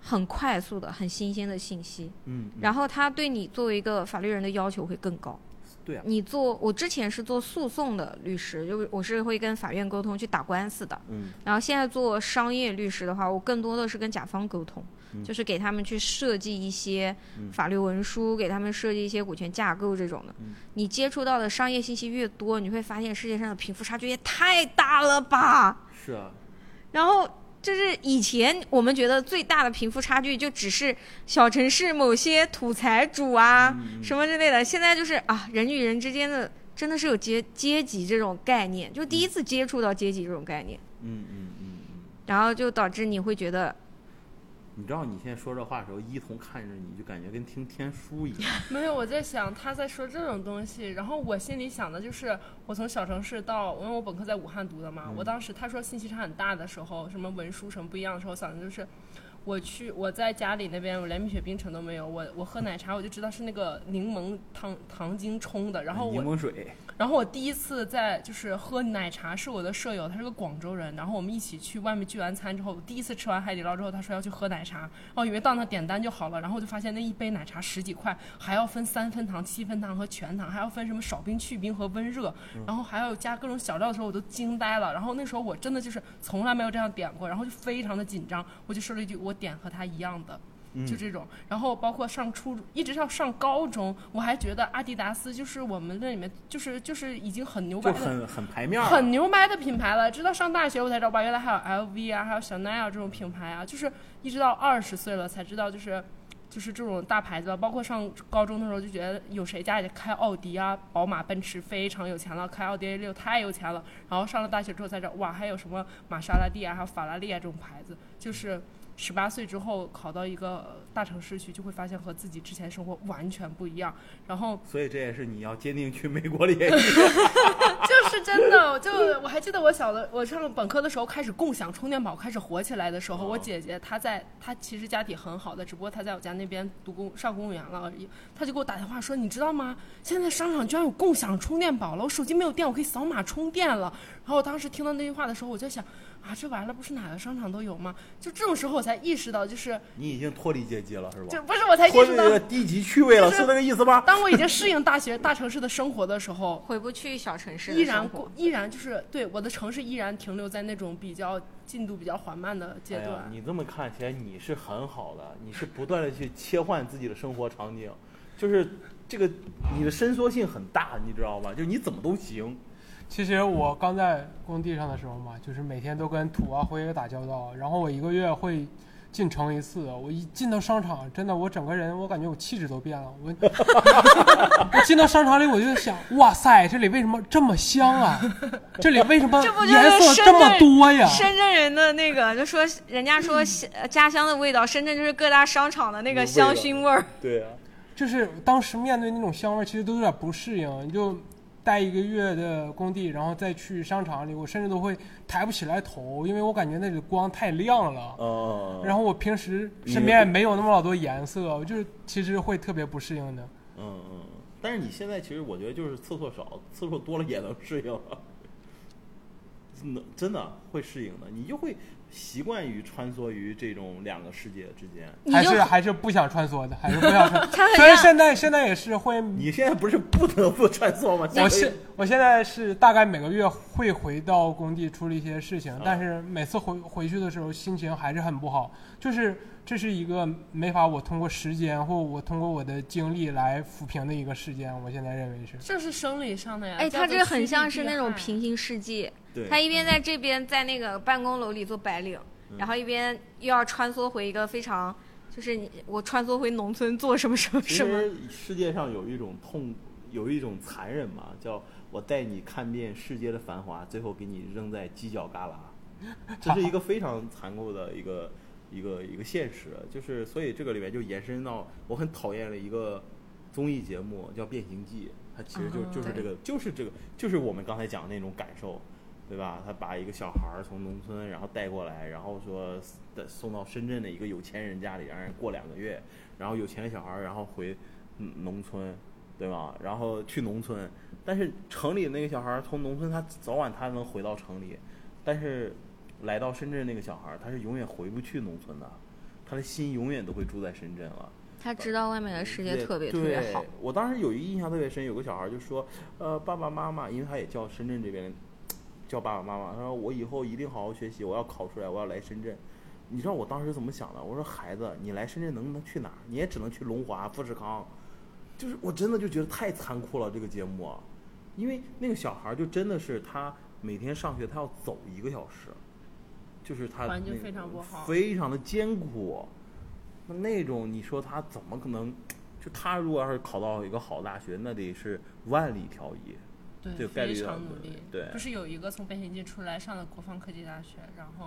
Speaker 2: 很快速的、很新鲜的信息，
Speaker 1: 嗯，嗯
Speaker 2: 然后他对你作为一个法律人的要求会更高。
Speaker 1: 对啊，
Speaker 2: 你做，我之前是做诉讼的律师，就是我是会跟法院沟通去打官司的。
Speaker 1: 嗯
Speaker 2: 然后现在做商业律师的话，我更多的是跟甲方沟通，
Speaker 1: 嗯
Speaker 2: 就是给他们去设计一些
Speaker 1: 嗯
Speaker 2: 法律文书，给他们设计一些股权架构这种的。
Speaker 1: 嗯
Speaker 2: 你接触到的商业信息越多，你会发现世界上的贫富差距也太大了吧？
Speaker 1: 是啊，
Speaker 2: 然后。就是以前我们觉得最大的贫富差距就只是小城市某些土财主啊、
Speaker 1: 嗯
Speaker 2: 什么之类的，现在就是啊人与人之间的真的是有阶阶级这种概念，就第一次接触到阶级这种概念。
Speaker 1: 嗯嗯嗯嗯，
Speaker 2: 然后就导致你会觉得，
Speaker 1: 你知道你现在说这话的时候，一彤看着你就感觉跟听天书一样。
Speaker 4: 没有，我在想他在说这种东西，然后我心里想的就是，我从小城市到，因为我本科在武汉读的嘛，
Speaker 1: 嗯
Speaker 4: 我当时他说信息差很大的时候，什么文书什么不一样的时候，我想的就是，我去我在家里那边，我连蜜雪冰城都没有，我我喝奶茶我就知道是那个柠檬糖糖精冲的，然后
Speaker 1: 哎柠
Speaker 4: 我
Speaker 1: 檬水，
Speaker 4: 然后我第一次在就是喝奶茶是我的舍友，他是个广州人，然后我们一起去外面聚完餐之后，我第一次吃完海底捞之后，他说要去喝奶茶，然哦后以为到那点单就好了，然后我就发现那一杯奶茶十几块，还要分三分糖、七分糖和全糖，还要分什么少冰、去冰和温热，然后还要加各种小料的时候，我都惊呆了。然后那时候我真的就是从来没有这样点过，然后就非常的紧张，我就说了一句我点和他一样的。就这种。然后包括上初一直到上高中，我还觉得阿迪达斯就是我们那里面就是就是已经很牛掰
Speaker 1: 就
Speaker 4: 的。
Speaker 1: 很很排面儿。
Speaker 4: 很牛掰的品牌了，直到上大学我才知道，哇，原来还有 LV 啊，还有 Chanel 这种品牌啊，就是一直到二十岁了才知道，就是就是这种大牌子吧。包括上高中的时候就觉得，有谁家里开奥迪啊、宝马、奔驰非常有钱了，开奥迪 A 六太有钱了。然后上了大学之后才知道，哇，还有什么玛莎拉蒂啊，还有法拉利啊这种牌子，就是。十八岁之后考到一个大城市去，就会发现和自己之前生活完全不一样。然后
Speaker 1: 所以这也是你要坚定去美国的原因。
Speaker 4: 就是真的，就我还记得我小的，我上本科的时候开始共享充电宝开始火起来的时候，我姐姐她在她其实家底很好的，只不过她在我家那边读公上公务员了而已。她就给我打电话说，你知道吗？现在商场居然有共享充电宝了，我手机没有电，我可以扫码充电了。然后我当时听到那句话的时候，我就想啊，这玩意儿不是哪个商场都有吗？就这种时候我才意识到，就是
Speaker 1: 你已经脱离阶级了，是
Speaker 4: 就
Speaker 1: 吧？
Speaker 4: 不是我才意
Speaker 1: 脱离
Speaker 4: 识到
Speaker 1: 这，个低级趣味了，
Speaker 4: 就是
Speaker 1: 是那个意思吧？
Speaker 4: 当我已经适应大学大城市的生活的时候，
Speaker 2: 回不去小城市
Speaker 4: 依
Speaker 2: 的
Speaker 4: 然
Speaker 2: 生活
Speaker 4: 过，，依然就是对我的城市依然停留在那种比较进度比较缓慢的阶
Speaker 1: 哎呀
Speaker 4: 段。，
Speaker 1: 你这么看起来你是很好的，你是不断的去切换自己的生活场景，就是这个你的伸缩性很大，你知道吧？就你怎么都行。
Speaker 3: 其实我刚啊在工地上的时候嘛，就是每天都跟土啊灰打交道，然后我一个月会进城一次，我一进到商场，真的我整个人我感觉我气质都变了。我 我进到商场里，我就想，哇塞，这里为什么这么香啊？这里为什 么
Speaker 6: 这不就是
Speaker 3: 颜色这么多呀？
Speaker 6: 深圳人的那个，就说人家说呃家乡的味道，深圳就是各大商场的那个香薰味儿。
Speaker 1: 对啊，
Speaker 3: 就是当时面对那种香味儿，其实都有点不适应。你就待一个月的工地，然后再去商场里，我甚至都会抬不起来头，因为我感觉那里的光太亮了。
Speaker 1: 嗯，
Speaker 3: 然
Speaker 1: 后
Speaker 3: 后我平时
Speaker 1: 你
Speaker 3: 身边也没有那么老多颜色，我就是其实会特别不适应的。
Speaker 1: 嗯嗯，但是你现在其实我觉得就是次数少，次数多了也能适应， 能真的会适应的，你就会习惯于穿梭于这种两个世界之间。
Speaker 2: 你
Speaker 3: 还
Speaker 2: 就是。
Speaker 3: 还是不想穿梭的，还是不想 穿
Speaker 2: 他很
Speaker 3: 虽然
Speaker 2: 像
Speaker 3: 现在现在也是会，
Speaker 1: 你现在不是不得不穿梭吗？
Speaker 3: 我
Speaker 1: 是
Speaker 3: 现我现在是大概每个月会回到工地处理一些事情，但是每次回回去的时候心情还是很不好，就是这是一个没法我通过时间或我通过我的经历来抚平的一个事件，我现在认为是。
Speaker 4: 这是生理上的 呀。
Speaker 2: 哎，
Speaker 4: 叫
Speaker 2: 他
Speaker 4: 做
Speaker 2: 这很
Speaker 4: 趋利
Speaker 2: 像是
Speaker 4: 避
Speaker 2: 那种
Speaker 4: 害
Speaker 2: 平行世界，
Speaker 1: 对，
Speaker 2: 他一边在这边在那个办公楼里做白领，
Speaker 1: 嗯
Speaker 2: 然后一边又要穿梭回一个非常。就是你，我穿梭回农村做什么什么
Speaker 1: 其
Speaker 2: 什么？
Speaker 1: 实世界上有一种痛，有一种残忍嘛，叫我带你看遍世界的繁华，最后给你扔在犄角旮旯，这是一个非常残酷的一个一个一个现实。就是所以这个里面就延伸到我很讨厌的一个综艺节目叫《变形记》，它其实就
Speaker 2: 嗯
Speaker 1: 就是这个，就是这个，就是我们刚才讲的那种感受。对吧？他把一个小孩儿从农村然后带过来，然后说带送到深圳的一个有钱人家里，让人过两个月，然后有钱的小孩儿然后回嗯农村，对吧？然后去农村，但是城里的那个小孩儿从农村他早晚他能回到城里，但是来到深圳那个小孩儿他是永远回不去农村的，他的心永远都会住在深圳了。
Speaker 2: 他知道外面的世界特别特
Speaker 1: 对
Speaker 2: 别好，。
Speaker 1: 我当时有一个印象特别深，有个小孩就说：“呃，爸爸妈妈，因为他也叫深圳这边叫爸爸妈妈，他说我以后一定好好学习，我要考出来，我要来深圳。”你知道我当时怎么想的？我说：“孩子，你来深圳能能去哪儿？你也只能去龙华、富士康。”就是我真的就觉得太残酷了这个节目、啊，因为那个小孩就真的是他每天上学他要走一个小时，就是他
Speaker 4: 环境
Speaker 1: 那个
Speaker 4: 非常不好
Speaker 1: 非常的艰苦。那那种你说他怎么可能？就他如果要是考到一个好大学，那得是万里挑一。这
Speaker 4: 对，
Speaker 1: 个概率
Speaker 4: 非
Speaker 1: 有
Speaker 4: 常
Speaker 1: 点
Speaker 4: 努
Speaker 1: 低
Speaker 4: 力。
Speaker 1: 对
Speaker 4: 不是有一个从变形记出来上的国防科技大学，然后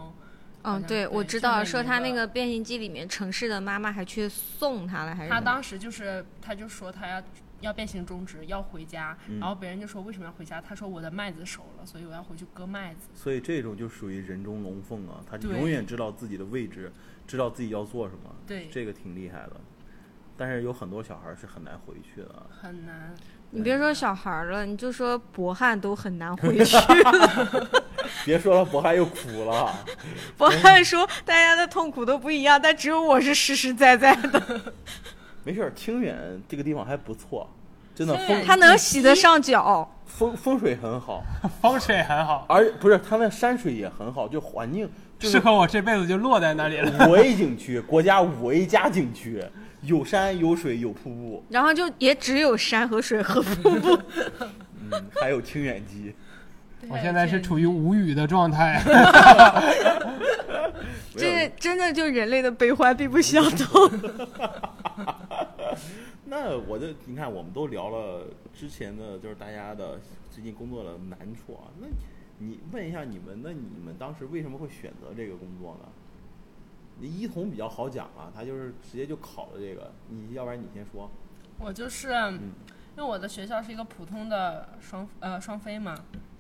Speaker 4: 好
Speaker 2: 嗯，
Speaker 4: 像
Speaker 2: 对，我知道，
Speaker 4: 上
Speaker 2: 说
Speaker 4: 面
Speaker 2: 他
Speaker 4: 有
Speaker 2: 那
Speaker 4: 一
Speaker 2: 个变形记里面，城市的妈妈还去送他了，还是
Speaker 4: 他
Speaker 2: 什么
Speaker 4: 当时就是，他就说他要要变形种植，要回家，
Speaker 1: 嗯
Speaker 4: 然后别人就说为什么要回家？他说我的麦子熟了，所以我要回去割麦子。
Speaker 1: 所以这种就属于人中龙凤啊，他
Speaker 4: 对
Speaker 1: 永远知道自己的位置，知道自己要做什么。
Speaker 4: 对
Speaker 1: 这个挺厉害的。但是有很多小孩儿是很难回去的。
Speaker 4: 很难，
Speaker 2: 你别说小孩儿了，你就说博汉都很 难回去。
Speaker 1: 别说了，博翰又哭了。
Speaker 6: 博翰说大家的痛苦都不一样，但只有我是实实在在的，
Speaker 1: 没事儿，清远这个地方还不错，真的
Speaker 4: 清
Speaker 1: 风
Speaker 4: 远
Speaker 6: 他能洗得上脚。
Speaker 1: 风风水很好，
Speaker 3: 风水很好，
Speaker 1: 而不是它那山水也很好，就环境就是
Speaker 3: 适合我这辈子就落在那里了。
Speaker 1: 五 A 景区，国家五 A 加景区，有山有水有瀑布，
Speaker 2: 然后就也只有山和水和 瀑布。
Speaker 1: 嗯，还有清远鸡。
Speaker 3: 我现在是处于无语的状态。
Speaker 2: 这真的就人类的悲欢并不相同。
Speaker 1: 那我就你看，我们都聊了之前的，就是大家的最近工作的难处啊。那你问一下你们，那你们当时为什么会选择这个工作呢？你一桐比较好讲啊，他就是直接就考了这个。你要不然你先说。
Speaker 4: 我就是
Speaker 1: 嗯
Speaker 4: 因为我的学校是一个普通的双呃双非嘛，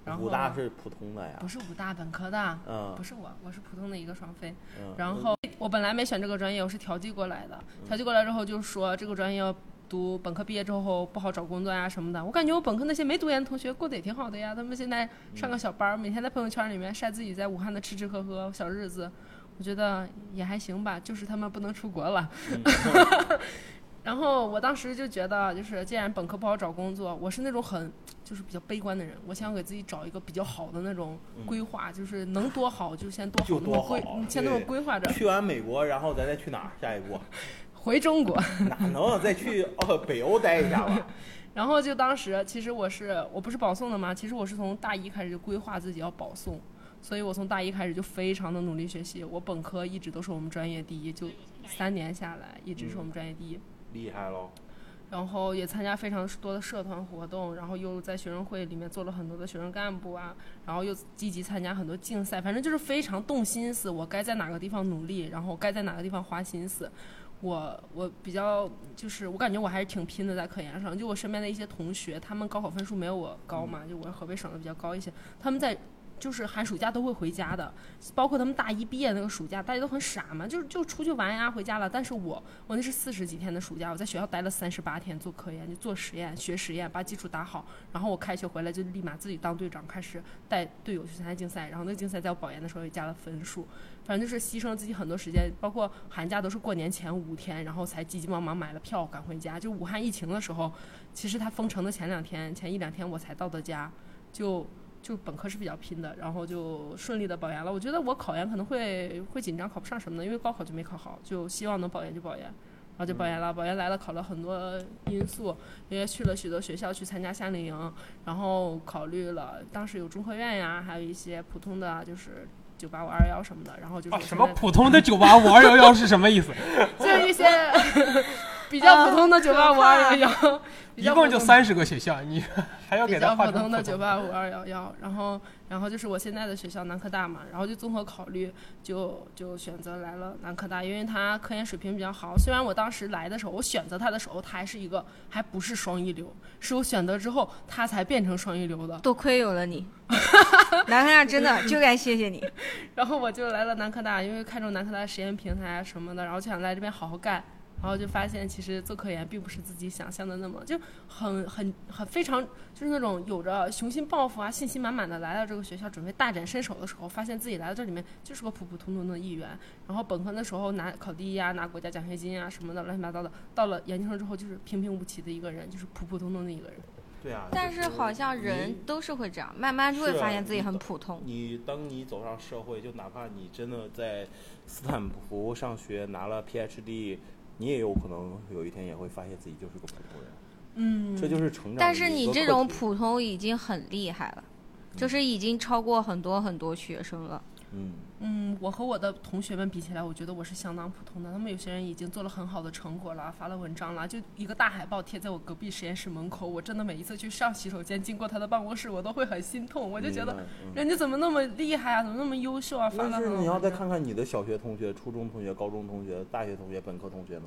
Speaker 4: 然后
Speaker 1: 嗯武大是普通的呀
Speaker 4: 不，是武大本科的，
Speaker 1: 嗯
Speaker 4: 不是我，我是普通的一个双非。
Speaker 1: 嗯，
Speaker 4: 然后我本来没选这个专业，我是调剂过来的。调剂过来之后就说这个专业要读本科毕业之后不好找工作呀、什么的。我感觉我本科那些没读研的同学过得也挺好的呀，他们现在上个小班儿，每天在朋友圈里面晒自己在武汉的吃吃喝喝小日子，我觉得也还行吧，就是他们不能出国了。
Speaker 1: 嗯
Speaker 4: 然后我当时就觉得，就是既然本科不好找工作，我是那种很就是比较悲观的人，我想给自己找一个比较好的那种规划，就是能多好就先多
Speaker 1: 嗯就
Speaker 4: 好，那么
Speaker 1: 多
Speaker 4: 规
Speaker 1: 好
Speaker 4: 嗯先那么
Speaker 1: 对
Speaker 4: 规划着。
Speaker 1: 去完美国，然后咱再去哪儿？下一步
Speaker 4: 回中国，
Speaker 1: 哪能再去哦北欧待一下吧？
Speaker 4: 然后就当时其实我是我不是保送的嘛，其实我是从大一开始就规划自己要保送，所以我从大一开始就非常的努力学习，我本科一直都是我们专业第一，就三年下来一直是我们专业第一。
Speaker 1: 厉害喽！
Speaker 4: 然后也参加非常多的社团活动，然后又在学生会里面做了很多的学生干部啊，然后又积极参加很多竞赛，反正就是非常动心思。我该在哪个地方努力，然后该在哪个地方花心思。我我比较就是我感觉我还是挺拼的在科研上，就我身边的一些同学，他们高考分数没有我高嘛，就我是河北省的比较高一些，他们在。就是寒暑假都会回家的，包括他们大一毕业那个暑假，大家都很傻嘛，就是就出去玩呀，回家了。但是我我那是四十几天的暑假，我在学校待了三十八天，做科研，就做实验，学实验，把基础打好。然后我开学回来就立马自己当队长，开始带队友去参加竞赛。然后那个竞赛在我保研的时候也加了分数，反正就是牺牲了自己很多时间，包括寒假都是过年前五天，然后才急急忙忙买了票赶回家。就武汉疫情的时候，其实它封城的前两天，前一两天我才到的家，就。就本科是比较拼的，然后就顺利的保研了。我觉得我考研可能会会紧张，考不上什么的，因为高考就没考好，就希望能保研就保研，然后就保研
Speaker 3: 嗯
Speaker 4: 了。保研来了，考了很多因素，也去了许多学校去参加夏令营，然后考虑了当时有中科院呀，还有一些普通的就是九八五二幺什么的，然后就是、
Speaker 3: 啊，什么普通的九八五二幺幺是什么意思？
Speaker 4: 就是一些 比较普通的九八五二幺幺， 比
Speaker 3: 哦一
Speaker 4: 较
Speaker 3: 共
Speaker 4: 普
Speaker 3: 就
Speaker 4: 通
Speaker 3: 三十个学校，你 还要给
Speaker 4: 比
Speaker 3: 他
Speaker 4: 较
Speaker 3: 画
Speaker 4: 普
Speaker 3: 成
Speaker 4: 通的
Speaker 3: 普
Speaker 4: 九八五二幺幺，然后然后就是我现在的学校南科大嘛，然后就综合考虑就就选择来了南科大，因为它科研水平比较好。虽然我当时来的时候，我选择它的时候，它还是一个还不是双一流，是我选择之后它才变成双一流的。
Speaker 2: 多亏有了你，南科大真 的就该谢谢你。
Speaker 4: 然后我就来了南科大，因为看中南科大实验平台啊什么的，然后就想来这边好好干。然后就发现，其实做科研并不是自己想象的那么就很很很非常，就是那种有着雄心抱负啊、信心满满的来到这个学校准备大展身手的时候，发现自己来到这里面就是个普普通通的一员。然后本科的时候拿考第一啊，拿国家奖学金啊什么的乱七八糟的，到了研究生之后就是平平无奇的一个人，就是普普通通的一个人。
Speaker 1: 对啊。
Speaker 2: 但
Speaker 1: 就是
Speaker 2: 好像人都是会这样，慢慢就会
Speaker 6: 啊
Speaker 1: 是
Speaker 2: 发现自己很普通。
Speaker 1: 你当你走上社会，就哪怕你真的在斯坦福上学拿了 PhD，你也有可能有一天也会发现自己就是个普通人，
Speaker 4: 嗯，
Speaker 1: 这就是成长的一个课题。
Speaker 2: 但是你这种普通已经很厉害了，就是已经超过很多很多学生了。
Speaker 1: 嗯，
Speaker 4: 嗯，我和我的同学们比起来，我觉得我是相当普通的。他们有些人已经做了很好的成果了，发了文章了，就一个大海报贴在我隔壁实验室门口。我真的每一次去上洗手间，经过他的办公室，我都会很心痛。我就觉
Speaker 1: 明
Speaker 4: 得
Speaker 1: 白，
Speaker 4: 人家怎么那么厉害啊，怎么那么优秀啊，发
Speaker 1: 嗯
Speaker 4: 了
Speaker 1: 但
Speaker 4: 很
Speaker 1: 是
Speaker 4: 好
Speaker 1: 你要
Speaker 4: 文
Speaker 1: 再
Speaker 4: 章
Speaker 1: 看看你的小学同学、初中同学、高中同学、大学同学、本科同学呢？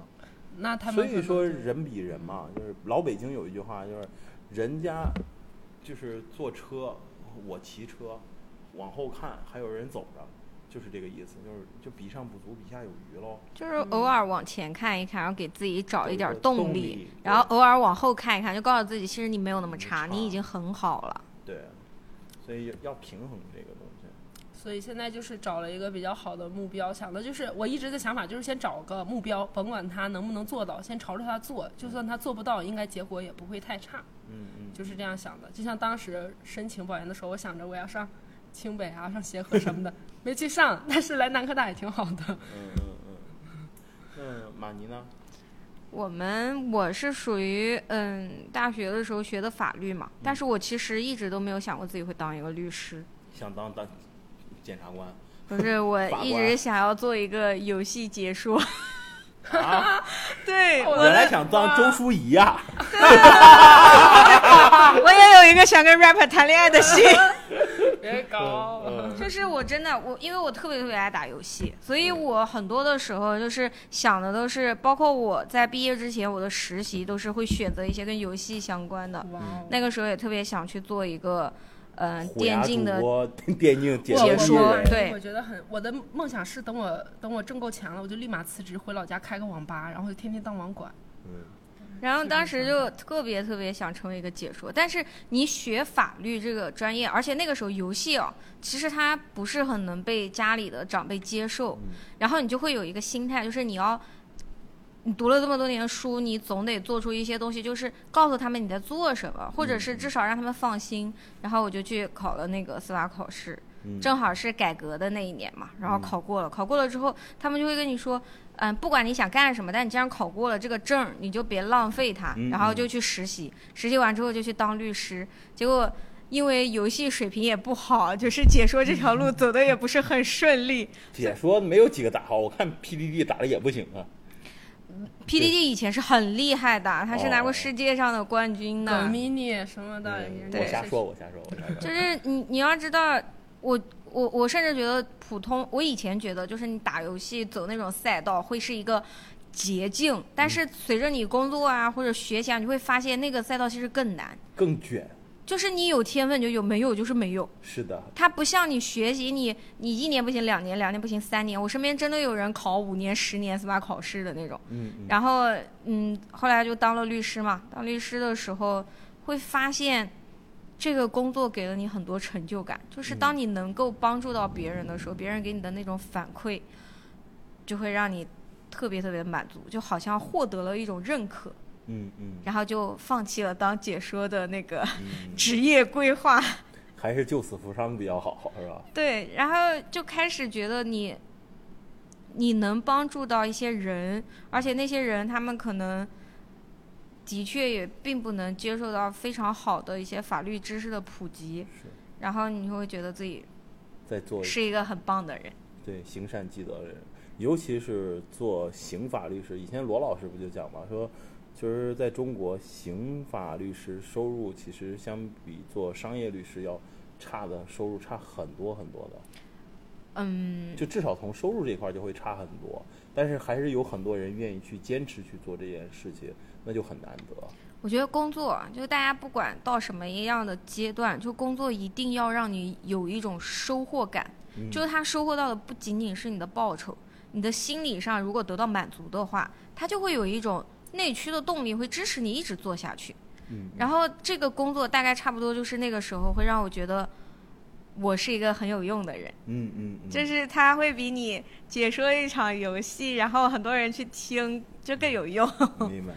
Speaker 4: 那他
Speaker 1: 所
Speaker 4: 们
Speaker 1: 以说人比人嘛，就是老北京有一句话，就是人家就是坐车，我骑车，往后看还有人走着，就是这个意思，就是就比上不足，比下有余喽。
Speaker 2: 就是偶尔往前看一看，然后给自己找一点
Speaker 1: 嗯对
Speaker 2: 动
Speaker 1: 动
Speaker 2: 力，
Speaker 1: 力
Speaker 2: 然后偶尔往后看一看，就告诉自己，其实你没有那么差，
Speaker 1: 没差
Speaker 2: 你已经很好了。
Speaker 1: 对，所以要平衡这个东西。
Speaker 4: 所以现在就是找了一个比较好的目标，想的就是我一直的想法就是先找个目标，甭管他能不能做到，先朝着他做，就算他做不到，应该结果也不会太差。
Speaker 1: 嗯嗯，
Speaker 4: 就是这样想的。就像当时申请保研的时候，我想着我要上清北啊，上协和什么的，没去上，但是来南科大也挺好的。
Speaker 1: 嗯嗯嗯。那马尼呢？
Speaker 2: 我们我是属于嗯，大学的时候学的法律嘛，但
Speaker 1: 嗯
Speaker 2: 是我其实一直都没有想过自己会当一个律师，
Speaker 1: 想当当检察官
Speaker 2: 不是我
Speaker 1: 法
Speaker 2: 一
Speaker 1: 官
Speaker 2: 直想要做一个游戏解说。
Speaker 1: 啊？
Speaker 2: 对，我
Speaker 1: 原来想当周淑怡啊？
Speaker 2: 我也有一个想跟 rapper 谈恋爱的心。
Speaker 4: 别搞，
Speaker 1: 嗯
Speaker 2: 就是我真的我，因为我特别特别爱打游戏，所以我很多的时候就是想的都是，包括我在毕业之前，我的实习都是会选择一些跟游戏相关
Speaker 1: 嗯
Speaker 2: 的。
Speaker 4: 哇哦！
Speaker 2: 那个时候也特别想去做一个，嗯、
Speaker 1: 虎牙
Speaker 2: 电竞的
Speaker 1: 主，播电竞解
Speaker 2: 我
Speaker 1: 说
Speaker 2: 解
Speaker 1: 艺
Speaker 2: 说
Speaker 1: 人
Speaker 2: 对
Speaker 4: 我觉得很，我的梦想是等我等我挣够钱了，我就立马辞职回老家开个网吧，然后就天天当网管。
Speaker 1: 嗯
Speaker 2: 然后当时就特别特别想成为一个解说。但是你学法律这个专业，而且那个时候游戏哦，其实它不是很能被家里的长辈接受，
Speaker 1: 嗯
Speaker 2: 然后你就会有一个心态，就是你要。你读了这么多年的书，你总得做出一些东西，就是告诉他们你在做什么，或
Speaker 1: 嗯
Speaker 2: 者是至少让他们放心。然后我就去考了那个司法考试，
Speaker 1: 嗯，
Speaker 2: 正好是改革的那一年嘛，然后
Speaker 1: 嗯
Speaker 2: 考过了。考过了之后，他们就会跟你说，嗯，不管你想干什么，但你既然考过了这个证儿，你就别浪费它
Speaker 1: 嗯，
Speaker 2: 然
Speaker 1: 嗯
Speaker 2: 后就去实习。实习完之后就去当律师。结果因为游戏水平也不好，就是解说这条路
Speaker 1: 嗯
Speaker 2: 走的也不是很顺利。
Speaker 1: 解说没有几个打好，我看 PDD 打的也不行啊。
Speaker 2: PDD 以前是很厉害的，他是拿过
Speaker 1: 哦
Speaker 2: 世界上的冠军
Speaker 4: 狗
Speaker 2: 的。
Speaker 4: mini 啊什么的，
Speaker 1: 嗯
Speaker 4: 人家
Speaker 1: 我
Speaker 2: 对
Speaker 1: 瞎说，我瞎说，我瞎 说。
Speaker 2: 就是你你要知道，我我我甚至觉得普通，我以前觉得就是你打游戏走那种赛道会是一个捷径，但是随着你工作啊或者学习啊，你会发现那个赛道其实更难。
Speaker 1: 更卷，
Speaker 2: 就是你有天分就有，没有就是没有。
Speaker 1: 是的，
Speaker 2: 它不像你学习，你你一年不行，两年两年不行，三年。我身边真的有人考五年、十年司法考试的那种。
Speaker 1: 嗯嗯。
Speaker 2: 然后，嗯，后来就当了律师嘛。当律师的时候，会发现这个工作给了你很多成就感，就是当你能够帮助到别人的时候，别人给你的那种反馈，就会让你特别特别满足，就好像获得了一种认可，
Speaker 1: 嗯嗯
Speaker 2: 然后就放弃了当解说的那个
Speaker 1: 嗯，
Speaker 2: 职业规划。
Speaker 1: 还是救死扶伤比较好，是吧？
Speaker 2: 对，然后就开始觉得你，你能帮助到一些人，而且那些人他们可能的确也并不能接受到非常好的一些法律知识的普及，
Speaker 1: 是，
Speaker 2: 然后你会觉得自己
Speaker 1: 在做
Speaker 2: 是一个很棒的人。
Speaker 1: 对行善积德的人，尤其是做刑法律师。以前罗老师不就讲嘛，说就是在中国刑法律师收入其实相比做商业律师要差的收入差很多很多的，
Speaker 2: 嗯，
Speaker 1: 就至少从收入这一块儿就会差很多。但是还是有很多人愿意去坚持去做这件事情，那就很难得。
Speaker 2: 我觉得工作啊就大家不管到什么样的阶段，就工作一定要让你有一种收获感，
Speaker 1: 嗯
Speaker 2: 就是他收获到的不仅仅是你的报酬，你的心理上如果得到满足的话，他就会有一种内驱的动力，会支持你一直做下去。
Speaker 1: 嗯，
Speaker 2: 然后这个工作大概差不多就是那个时候会让我觉得，我是一个很有用的人，
Speaker 1: 嗯嗯嗯，
Speaker 2: 就是他会比你解 说一场游戏，然后很多人去听，就更 有用。
Speaker 1: 明白明白。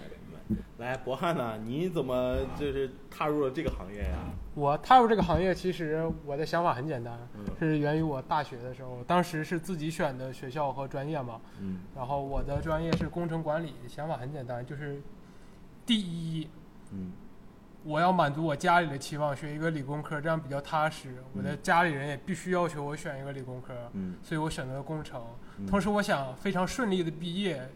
Speaker 1: 来，博翰呢、你怎么就是踏入了这个行业呀、
Speaker 3: 我踏入这个行业，其实我的想法很简单，
Speaker 1: 嗯
Speaker 3: 是源于我大学的时候，当时是自己选的学校和专业嘛。
Speaker 1: 嗯
Speaker 3: 然后我的专业是工程管理，想法很简单，就是第一，
Speaker 1: 嗯
Speaker 3: 我要满足我家里的期望，学一个理工科，这样比较踏实。我的家里人也必须要求我选一个理工科，
Speaker 1: 嗯
Speaker 3: 所以我选择了工程。
Speaker 1: 嗯
Speaker 3: 同时，我想非常顺利的毕业，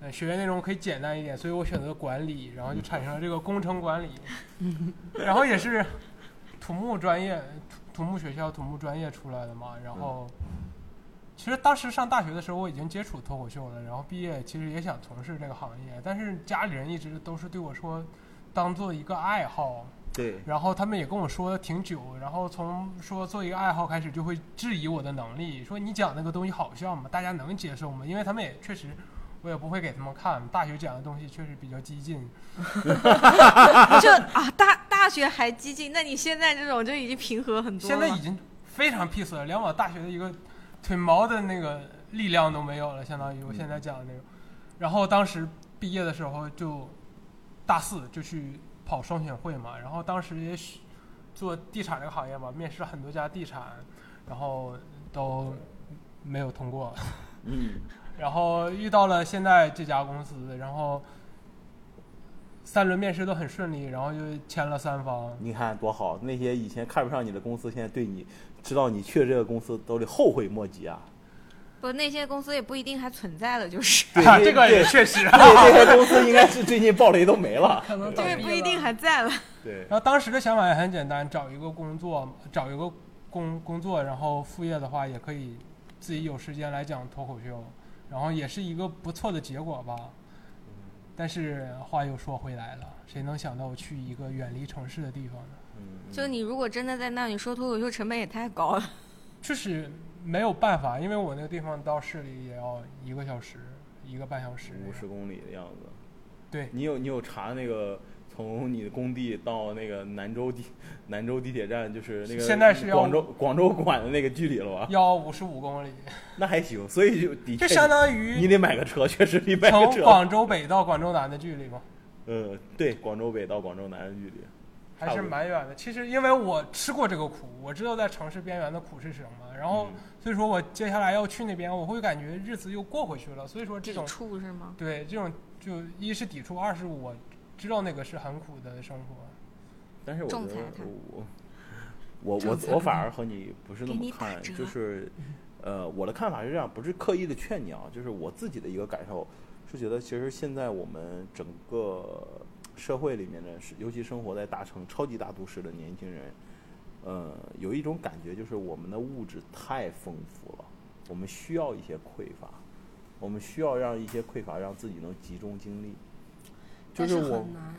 Speaker 3: 呃，学业内容可以简单一点，所以我选择管理，然后就产生了这个工程管理，然后也是土木专业、土土木学校、土木专业出来的嘛。然后，其实当时上大学的时候我已经接触脱口秀了，然后毕业其实也想从事这个行业，但是家里人一直都是对我说，当做一个爱好，
Speaker 1: 对，
Speaker 3: 然后他们也跟我说挺久，然后从说做一个爱好开始就会质疑我的能力，说你讲那个东西好笑吗？大家能接受吗？因为他们也确实，我也不会给他们看，大学讲的东西确实比较激进，
Speaker 2: 就啊，大大学还激进，那你现在这种就已经平和很多
Speaker 3: 现
Speaker 2: 了。
Speaker 3: 在已经非常 peace 了，连我大学的一个腿毛的那个力量都没有了，相当于我现在讲的那个。然后当时毕业的时候就大四就去跑双选会嘛，然后当时也许做地产这个行业嘛，面试了很多家地产，然后都没有通过。
Speaker 1: 嗯
Speaker 3: 然后遇到了现在这家公司，然后三轮面试都很顺利，然后就签了三方。
Speaker 1: 你看多好，那些以前看不上你的公司，现在对你知道你去了这个公司都得后悔莫 及啊！
Speaker 2: 不，那些公司也不一定还存在了， 就是
Speaker 1: 对
Speaker 3: 这个也
Speaker 1: 对
Speaker 3: 确实。
Speaker 1: 对，这些公司应该是最近暴雷都没了。
Speaker 4: 可能
Speaker 2: 就
Speaker 4: 倒
Speaker 2: 是
Speaker 4: 闭
Speaker 2: 不一
Speaker 4: 了
Speaker 2: 定还在
Speaker 3: 嗯
Speaker 2: 了。
Speaker 1: 对，
Speaker 3: 然后当时的想法也很简单，找一个工作，找一个工工作，然后副业的话也可以自己有时间来讲脱口秀，然后也是一个不错的结果吧。但是话又说回来了，谁能想到我去一个远离城市的地方呢？
Speaker 1: 嗯
Speaker 2: 就你如果真的在那里说脱口秀，成本也太高了。
Speaker 3: 就是没有办法，因为我那个地方到市里也要一个小时，一个半小时。
Speaker 1: 五十公里的样子。
Speaker 3: 对，
Speaker 1: 你有你有查那个从你的工地到那个南州地南州地铁站，就是那个
Speaker 3: 现在是要
Speaker 1: 广州广州馆的那个距离了吧？
Speaker 3: 要五十五公里，
Speaker 1: 那还行，所以就的确
Speaker 3: 这
Speaker 1: 是
Speaker 3: 相当
Speaker 1: 你
Speaker 3: 于
Speaker 1: 得买个车，确实得买个
Speaker 3: 从
Speaker 1: 车。
Speaker 3: 广州北到广州南的距离嘛。
Speaker 1: 呃，对，广州北到广州南的距离。
Speaker 3: 还是蛮远的。其实因为我吃过这个苦，我知道在城市边缘的苦是什么。然后
Speaker 1: 嗯，
Speaker 3: 所以说我接下来要去那边，我会感觉日子又过回去了。所以说这种
Speaker 2: 触是吗？
Speaker 3: 对这种就一是抵触，二是我知道那个是很苦的生活。
Speaker 1: 但是我觉
Speaker 2: 仲
Speaker 1: 得
Speaker 2: 裁他
Speaker 1: 我，我
Speaker 2: 这
Speaker 1: 我
Speaker 2: 次
Speaker 1: 我反而和你不是那
Speaker 2: 给
Speaker 1: 么
Speaker 2: 你打
Speaker 1: 看，
Speaker 2: 折
Speaker 1: 就是，呃，我的看法是这样，不是刻意的劝你啊，就是我自己的一个感受，是觉得其实现在我们整个社会里面呢，是尤其生活在大城、超级大都市的年轻人，呃，有一种感觉就是我们的物质太丰富了，我们需要一些匮乏，我们需要让一些匮乏让自己能集中精力，就
Speaker 4: 但是
Speaker 1: 我
Speaker 4: 很难。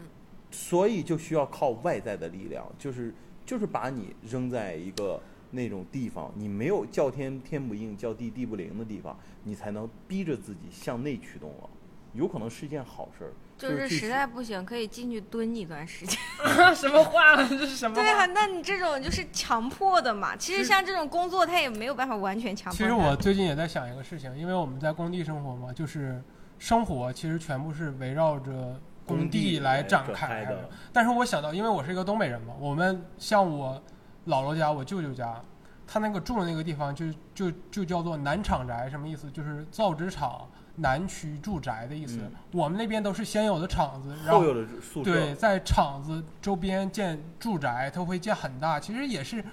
Speaker 1: 所以就需要靠外在的力量，就是就是把你扔在一个那种地方，你没有叫天天不应，叫地地不灵的地方，你才能逼着自己向内驱动了。有可能是一件好事儿，
Speaker 2: 就是是
Speaker 1: 去
Speaker 2: 实在不行，可以进去蹲一段 时间。
Speaker 4: 什么话？这是什么
Speaker 2: 对
Speaker 4: 话？
Speaker 2: 啊，那你这种就是强迫的嘛。其实像这种工作，他也没有办法完全强迫
Speaker 3: 其
Speaker 2: 他。
Speaker 3: 实我最近也在想一个事情，因为我们在工地生活嘛，就是生活其实全部是围绕着工地来展
Speaker 1: 开
Speaker 3: 开
Speaker 1: 的，
Speaker 3: 但是我想到，因为我是一个东北人嘛，我们像我姥姥家、我舅舅家，他那个住的那个地方就就就叫做南厂宅，什么意思？就是造纸厂南区住宅的意思。
Speaker 1: 嗯
Speaker 3: 我们那边都是先有的厂子，然
Speaker 1: 后
Speaker 3: 后
Speaker 1: 有的宿舍，
Speaker 3: 对，在厂子周边建住宅，它会建很大，其实也是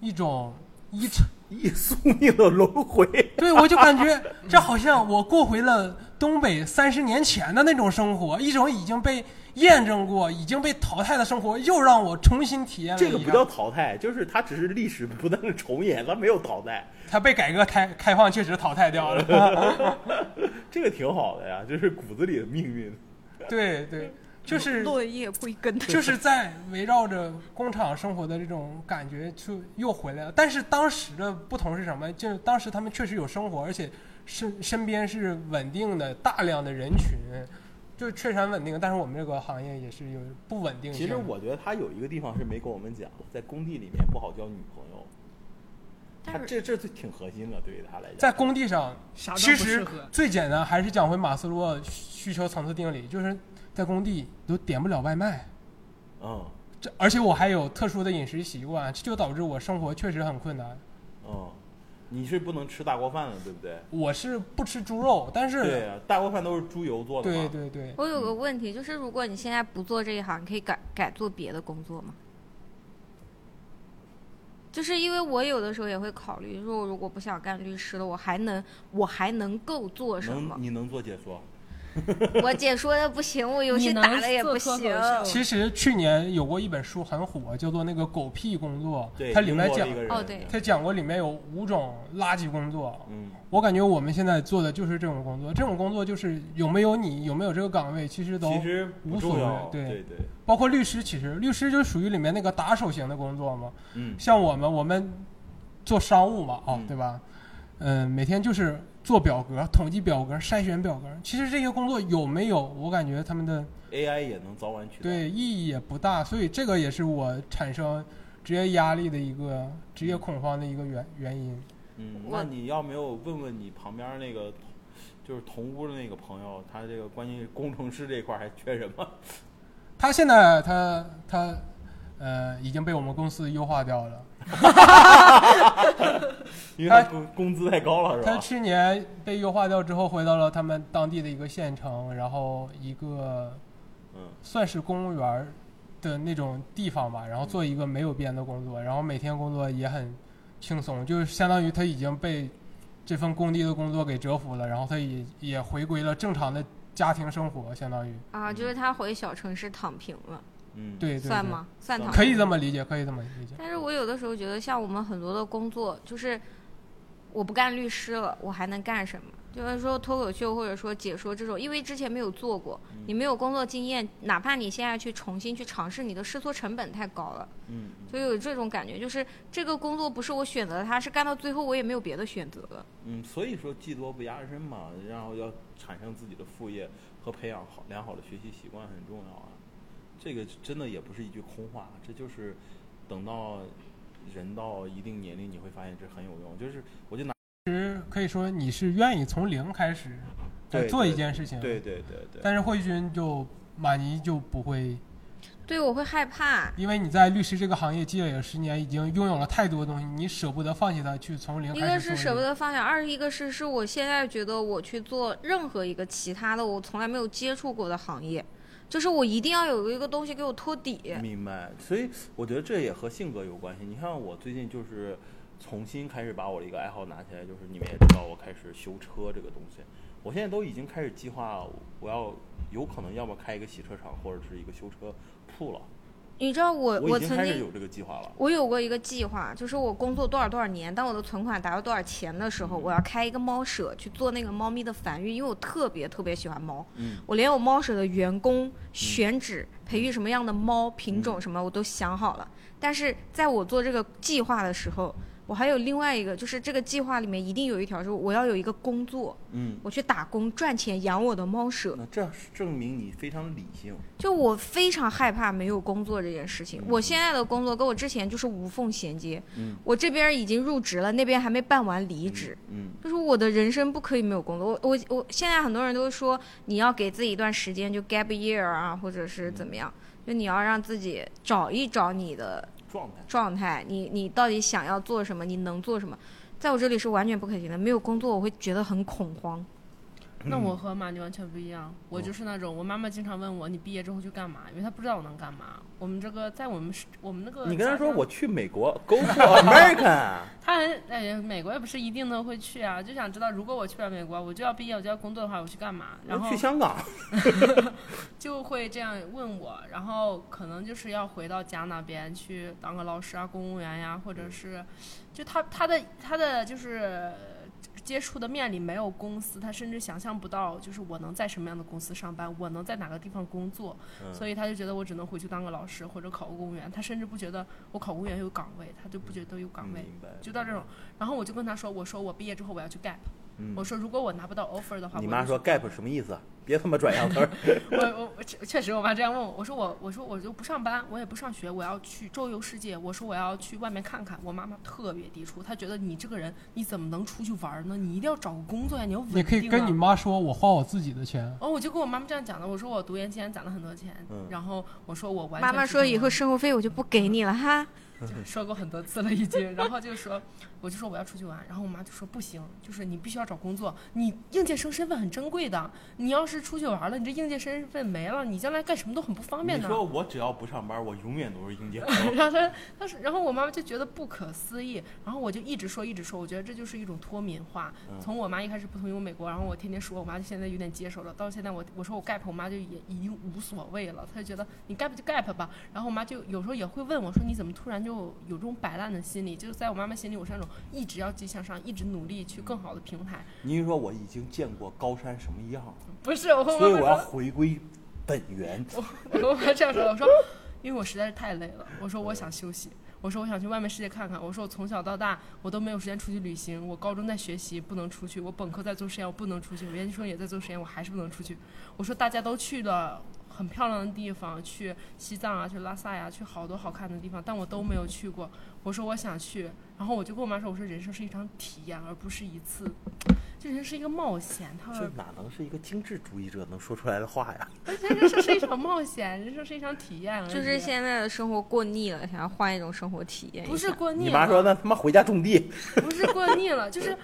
Speaker 3: 一种一厂。
Speaker 1: 一宿命的轮 回。
Speaker 3: 对，我就感觉这好像我过回了东北三十年前的那种生活，一种已经被验证过、已经被淘汰的生活，又让我重新体验了一
Speaker 1: 这
Speaker 3: 下。
Speaker 1: 个不叫淘汰，就是它只是历史不断的重演，它没有淘汰，
Speaker 3: 它被改革开开放确实淘汰掉了。
Speaker 1: 这个挺好的呀，就是骨子里的命运。
Speaker 3: 对对，就是
Speaker 2: 落叶归 根。
Speaker 3: 就是在围绕着工厂生活的这种感觉就又回来了。但是当时的不同是什么？就是当时他们确实有生活，而且身身边是稳定的大量的人群，就确实很稳定。但是我们这个行业也是有不稳定性
Speaker 1: 其
Speaker 3: 的。
Speaker 1: 实我觉得他有一个地方是没跟我们讲，在工地里面不好交女朋友。他这这就挺核心了，对于他来讲。
Speaker 3: 在工地上，
Speaker 4: 啥都
Speaker 3: 其
Speaker 4: 不适
Speaker 3: 实
Speaker 4: 合。
Speaker 3: 最简单还是讲回马斯洛需求层次定理，就是在工地都点不了外卖。
Speaker 1: 嗯
Speaker 3: 这而且我还有特殊的饮食习惯，这就导致我生活确实很困难。
Speaker 1: 嗯，你是不能吃大锅饭的，对不对？
Speaker 3: 我是不吃猪肉，但是
Speaker 1: 对啊，大锅饭都是猪油做的嘛。
Speaker 3: 对对对，
Speaker 2: 我有个问题，就是如果你现在不做这一行，你可以改改做别的工作吗？就是因为我有的时候也会考虑，说我如果不想干律师了，我还能我还能够做什么嗯
Speaker 1: 能？你能做解说？
Speaker 2: 我姐说的不行，我游戏
Speaker 4: 你能
Speaker 2: 打的也不
Speaker 4: 做
Speaker 2: 行
Speaker 4: 脱。口秀
Speaker 3: 其实去年有过一本书很火，叫做那个狗屁工作
Speaker 1: 对，，
Speaker 3: 它里面
Speaker 1: 英国
Speaker 3: 讲
Speaker 1: 的一个人
Speaker 2: 哦对
Speaker 3: 它讲过里面有五种垃圾工作。
Speaker 1: 嗯，
Speaker 3: 我感觉我们现在做的就是这种工作，这种工作就是有没有你有没有这个岗位，其实都
Speaker 1: 其实不
Speaker 3: 无所
Speaker 1: 重要。
Speaker 3: 谓对
Speaker 1: 对对，
Speaker 3: 包括律师，其实律师就属于里面那个打手型的工作嘛。
Speaker 1: 嗯，
Speaker 3: 像我们，我们做商务嘛，哦
Speaker 1: 嗯，
Speaker 3: 对吧？嗯，每天就是做表格、统计表格、筛选表格。其实这些工作有没有，我感觉他们的
Speaker 1: AI 也能早晚取代。
Speaker 3: 对意义也不大，所以这个也是我产生职业压力的一个职业恐慌的一个原原因。
Speaker 1: 嗯，
Speaker 2: 我
Speaker 1: 那你要没有问问你旁边那个同，就是同屋的那个朋友，他这个关于工程师这块儿还缺人吗？
Speaker 3: 他现在他他呃已经被我们公司优化掉了。
Speaker 1: 因为他
Speaker 3: 他
Speaker 1: 工工资太高了，是
Speaker 3: 哎
Speaker 1: 啊
Speaker 3: 他
Speaker 1: 吧？
Speaker 3: 去年被优化掉之后，回到了他们当地的一个县城，然后一个
Speaker 1: 嗯，
Speaker 3: 算是公务员儿的那种地方吧，然后做一个没有编的工作，然后每天工作也很轻松，就是相当于他已经被这份工地的工作给折服了，然后他也也回归了正常的家庭生活，相当于
Speaker 2: 啊，就是他回小城市躺平了，
Speaker 1: 嗯，
Speaker 3: 对对对
Speaker 2: 算吗？算躺平。
Speaker 3: 可以这么理解，可以这么理解。
Speaker 2: 但是我有的时候觉得，像我们很多的工作，就是我不干律师了，我还能干什么？就是说脱口秀或者说解说这种，因为之前没有做过，你没有工作经验，哪怕你现在去重新去尝试，你的试错成本太高了，
Speaker 1: 嗯，嗯
Speaker 2: 就有这种感觉，就是这个工作不是我选择的，它是干到最后我也没有别的选择了。
Speaker 1: 嗯，所以说技多不压身嘛，然后要产生自己的副业和培养好良好的学习习惯很重要啊。这个真的也不是一句空话，这就是等到人到一定年龄，你会发现这很有用。就是我就拿
Speaker 3: 其实可以说你是愿意从零开始来
Speaker 1: 对
Speaker 3: 做一
Speaker 1: 对
Speaker 3: 件事情，
Speaker 1: 对对对对，
Speaker 3: 嗯但是慧君就马尼就不会。
Speaker 2: 对，我会害怕，
Speaker 3: 因为你在律师这个行业积累了十年，已经拥有了太多东西，你舍不得放弃它，去从零
Speaker 2: 一个
Speaker 3: 开始
Speaker 2: 是
Speaker 3: 做
Speaker 2: 舍不
Speaker 3: 这个。
Speaker 2: 得放下，二一个是是我现在觉得我去做任何一个其他的我从来没有接触过的行业，就是我一定要有一个东西给我托底。
Speaker 1: 明白，所以我觉得这也和性格有关系。你看我最近就是重新开始把我的一个爱好拿起来，就是你们也知道我开始修车这个东西，我现在都已经开始计划我要有可能要么开一个洗车场或者是一个修车铺了，
Speaker 2: 你知道我
Speaker 1: 我已经
Speaker 2: 曾
Speaker 1: 开始
Speaker 2: 经
Speaker 1: 有这个计划了。
Speaker 2: 我有过一个计划，就是我工作多少多少年，当我的存款达到多少钱的
Speaker 1: 嗯
Speaker 2: 时候，我要开一个猫舍去做那个猫咪的繁育，因为我特别特别喜欢猫。
Speaker 1: 嗯，
Speaker 2: 我连我猫舍的员工选址、培育什么样的猫品
Speaker 1: 嗯
Speaker 2: 种什么我都想好了，但是在我做这个计划的时候，我还有另外一个，就是这个计划里面一定有一条是我要有一个工作，
Speaker 1: 嗯，
Speaker 2: 我去打工赚钱养我的猫舍。
Speaker 1: 那这是证明你非常理性。
Speaker 2: 就我非常害怕没有工作这件事情
Speaker 1: 嗯。
Speaker 2: 我现在的工作跟我之前就是无缝衔接，
Speaker 1: 嗯
Speaker 2: 我这边已经入职了，那边还没办完离职。
Speaker 1: 嗯，
Speaker 2: 就是我的人生不可以没有工作。我我我现在很多人都说你要给自己一段时间，就 gap year 啊，或者是怎么
Speaker 4: 嗯
Speaker 2: 样，就你要让自己找一找你的
Speaker 1: 嗯状态。
Speaker 2: 状态，你你到底想要做什么，你能做什么。在我这里是完全不可行的，没有工作我会觉得很恐慌。
Speaker 4: 那
Speaker 1: 嗯
Speaker 4: 我和马尼完全不一样，
Speaker 1: 哦
Speaker 4: 我就是那种，我妈妈经常问我你毕业之后去干嘛，因为她不知道我能干嘛。我们这个在我们是我们那个，
Speaker 1: 你跟他说我，去美国，Go to America。
Speaker 4: 她很哎呀，美国也不是一定都会去啊，就想知道如果我去了美国，我就要毕业，我就要工作的话，我去干嘛？ 然后啊
Speaker 1: 去香港，
Speaker 4: 就会这样问我，然后可能就是要回到家那边去当个老师啊、公务员呀、或者
Speaker 1: 嗯
Speaker 4: 是，就他他的他的就是呃接触的面里没有公司，他甚至想象不到就是我能在什么样的公司上班，我能在哪个地方工作，所
Speaker 1: 以
Speaker 4: 以他就觉得我只能回去当个老师或者考个公务员，他甚至不觉得我考公务员有岗位，他就不觉得有岗位。
Speaker 1: 明白。
Speaker 4: 就到这种，然后我就跟他说：“我说我毕业之后我要去 gap，、
Speaker 1: 嗯
Speaker 4: 我说如果我拿不到 offer 的话，
Speaker 1: 你
Speaker 4: 我
Speaker 1: 妈
Speaker 4: 就
Speaker 1: 说 gap 什么意思？啊别他妈转洋词儿。
Speaker 4: 我我我确确实，我妈这样问我，我说我我说我就不上班，我也不上学，我要去周游世界。我说我要去外面看看。我妈妈特别抵触，她觉得你这个人你怎么能出去玩呢？你一定要找个工作呀，你要稳定、啊。
Speaker 3: 你可以跟你妈说，我花我自己的钱。
Speaker 4: 哦，我就跟我妈妈这样讲的，我说我读研期间攒了很多钱，
Speaker 1: 嗯
Speaker 4: 然后我说我完全
Speaker 2: 妈妈
Speaker 4: 是
Speaker 2: 说
Speaker 4: 这
Speaker 2: 以
Speaker 4: 种
Speaker 2: 后生活费我就不给你了
Speaker 4: 嗯
Speaker 2: 哈。
Speaker 4: 说过很多次了已经，然后就说，我就说我要出去玩，然后我妈就说不行，就是你必须要找工作，你应届生身份很珍贵的，你要是出去玩了，你这应届身份没了，你将来干什么都很不方便
Speaker 1: 你
Speaker 4: 的。
Speaker 1: 说我只要不上班，我永远都是应届生。
Speaker 4: 然后他他说，然后我妈妈就觉得不可思议，然后我就一直说一直说，我觉得这就是一种脱敏化。
Speaker 1: 嗯
Speaker 4: 从我妈一开始不同意我美国，然后我天天说，我妈就现在有点接受了。到现在我我说我 gap，我妈就也已经无所谓了，她就觉得你 gap 就 gap 吧。然后我妈就有时候也会问我说，你怎么突然就有这种摆烂的心理？就是在我妈妈心里，我是那种一直要积极向上，一直努力去更好的平台。
Speaker 1: 你说我已经见过高山什么样，
Speaker 4: 不是，我和
Speaker 1: 所以
Speaker 4: 妈
Speaker 1: 我
Speaker 4: 妈
Speaker 1: 要
Speaker 4: 说
Speaker 1: 回归本源。
Speaker 4: 我 跟我妈这样说的，我说，因为我实在是太累了，我说我想休息，我说我想去外面世界看看，我说我从小到大我都没有时间出去旅行，我高中在学习不能出去，我本科在做实验我不能出去，我研究生也在做实验我还是不能出去，我说大家都去了。很漂亮的地方，去西藏啊，去拉萨呀、去好多好看的地方，但我都没有去过。我说我想去，然后我就跟我妈说，我说人生是一场体验，而不是一次，这人生是一个冒险。她
Speaker 1: 这
Speaker 4: 说
Speaker 1: 哪能是一个精致主义者能说出来的话呀？
Speaker 4: 人生是一场冒险，人生是一场体验而已。啊
Speaker 2: 就是现在的生活过腻了，想要换一种生活体验一下。
Speaker 4: 不是过腻了，
Speaker 1: 你妈说那他妈回家种地。
Speaker 4: 不是过腻了，就是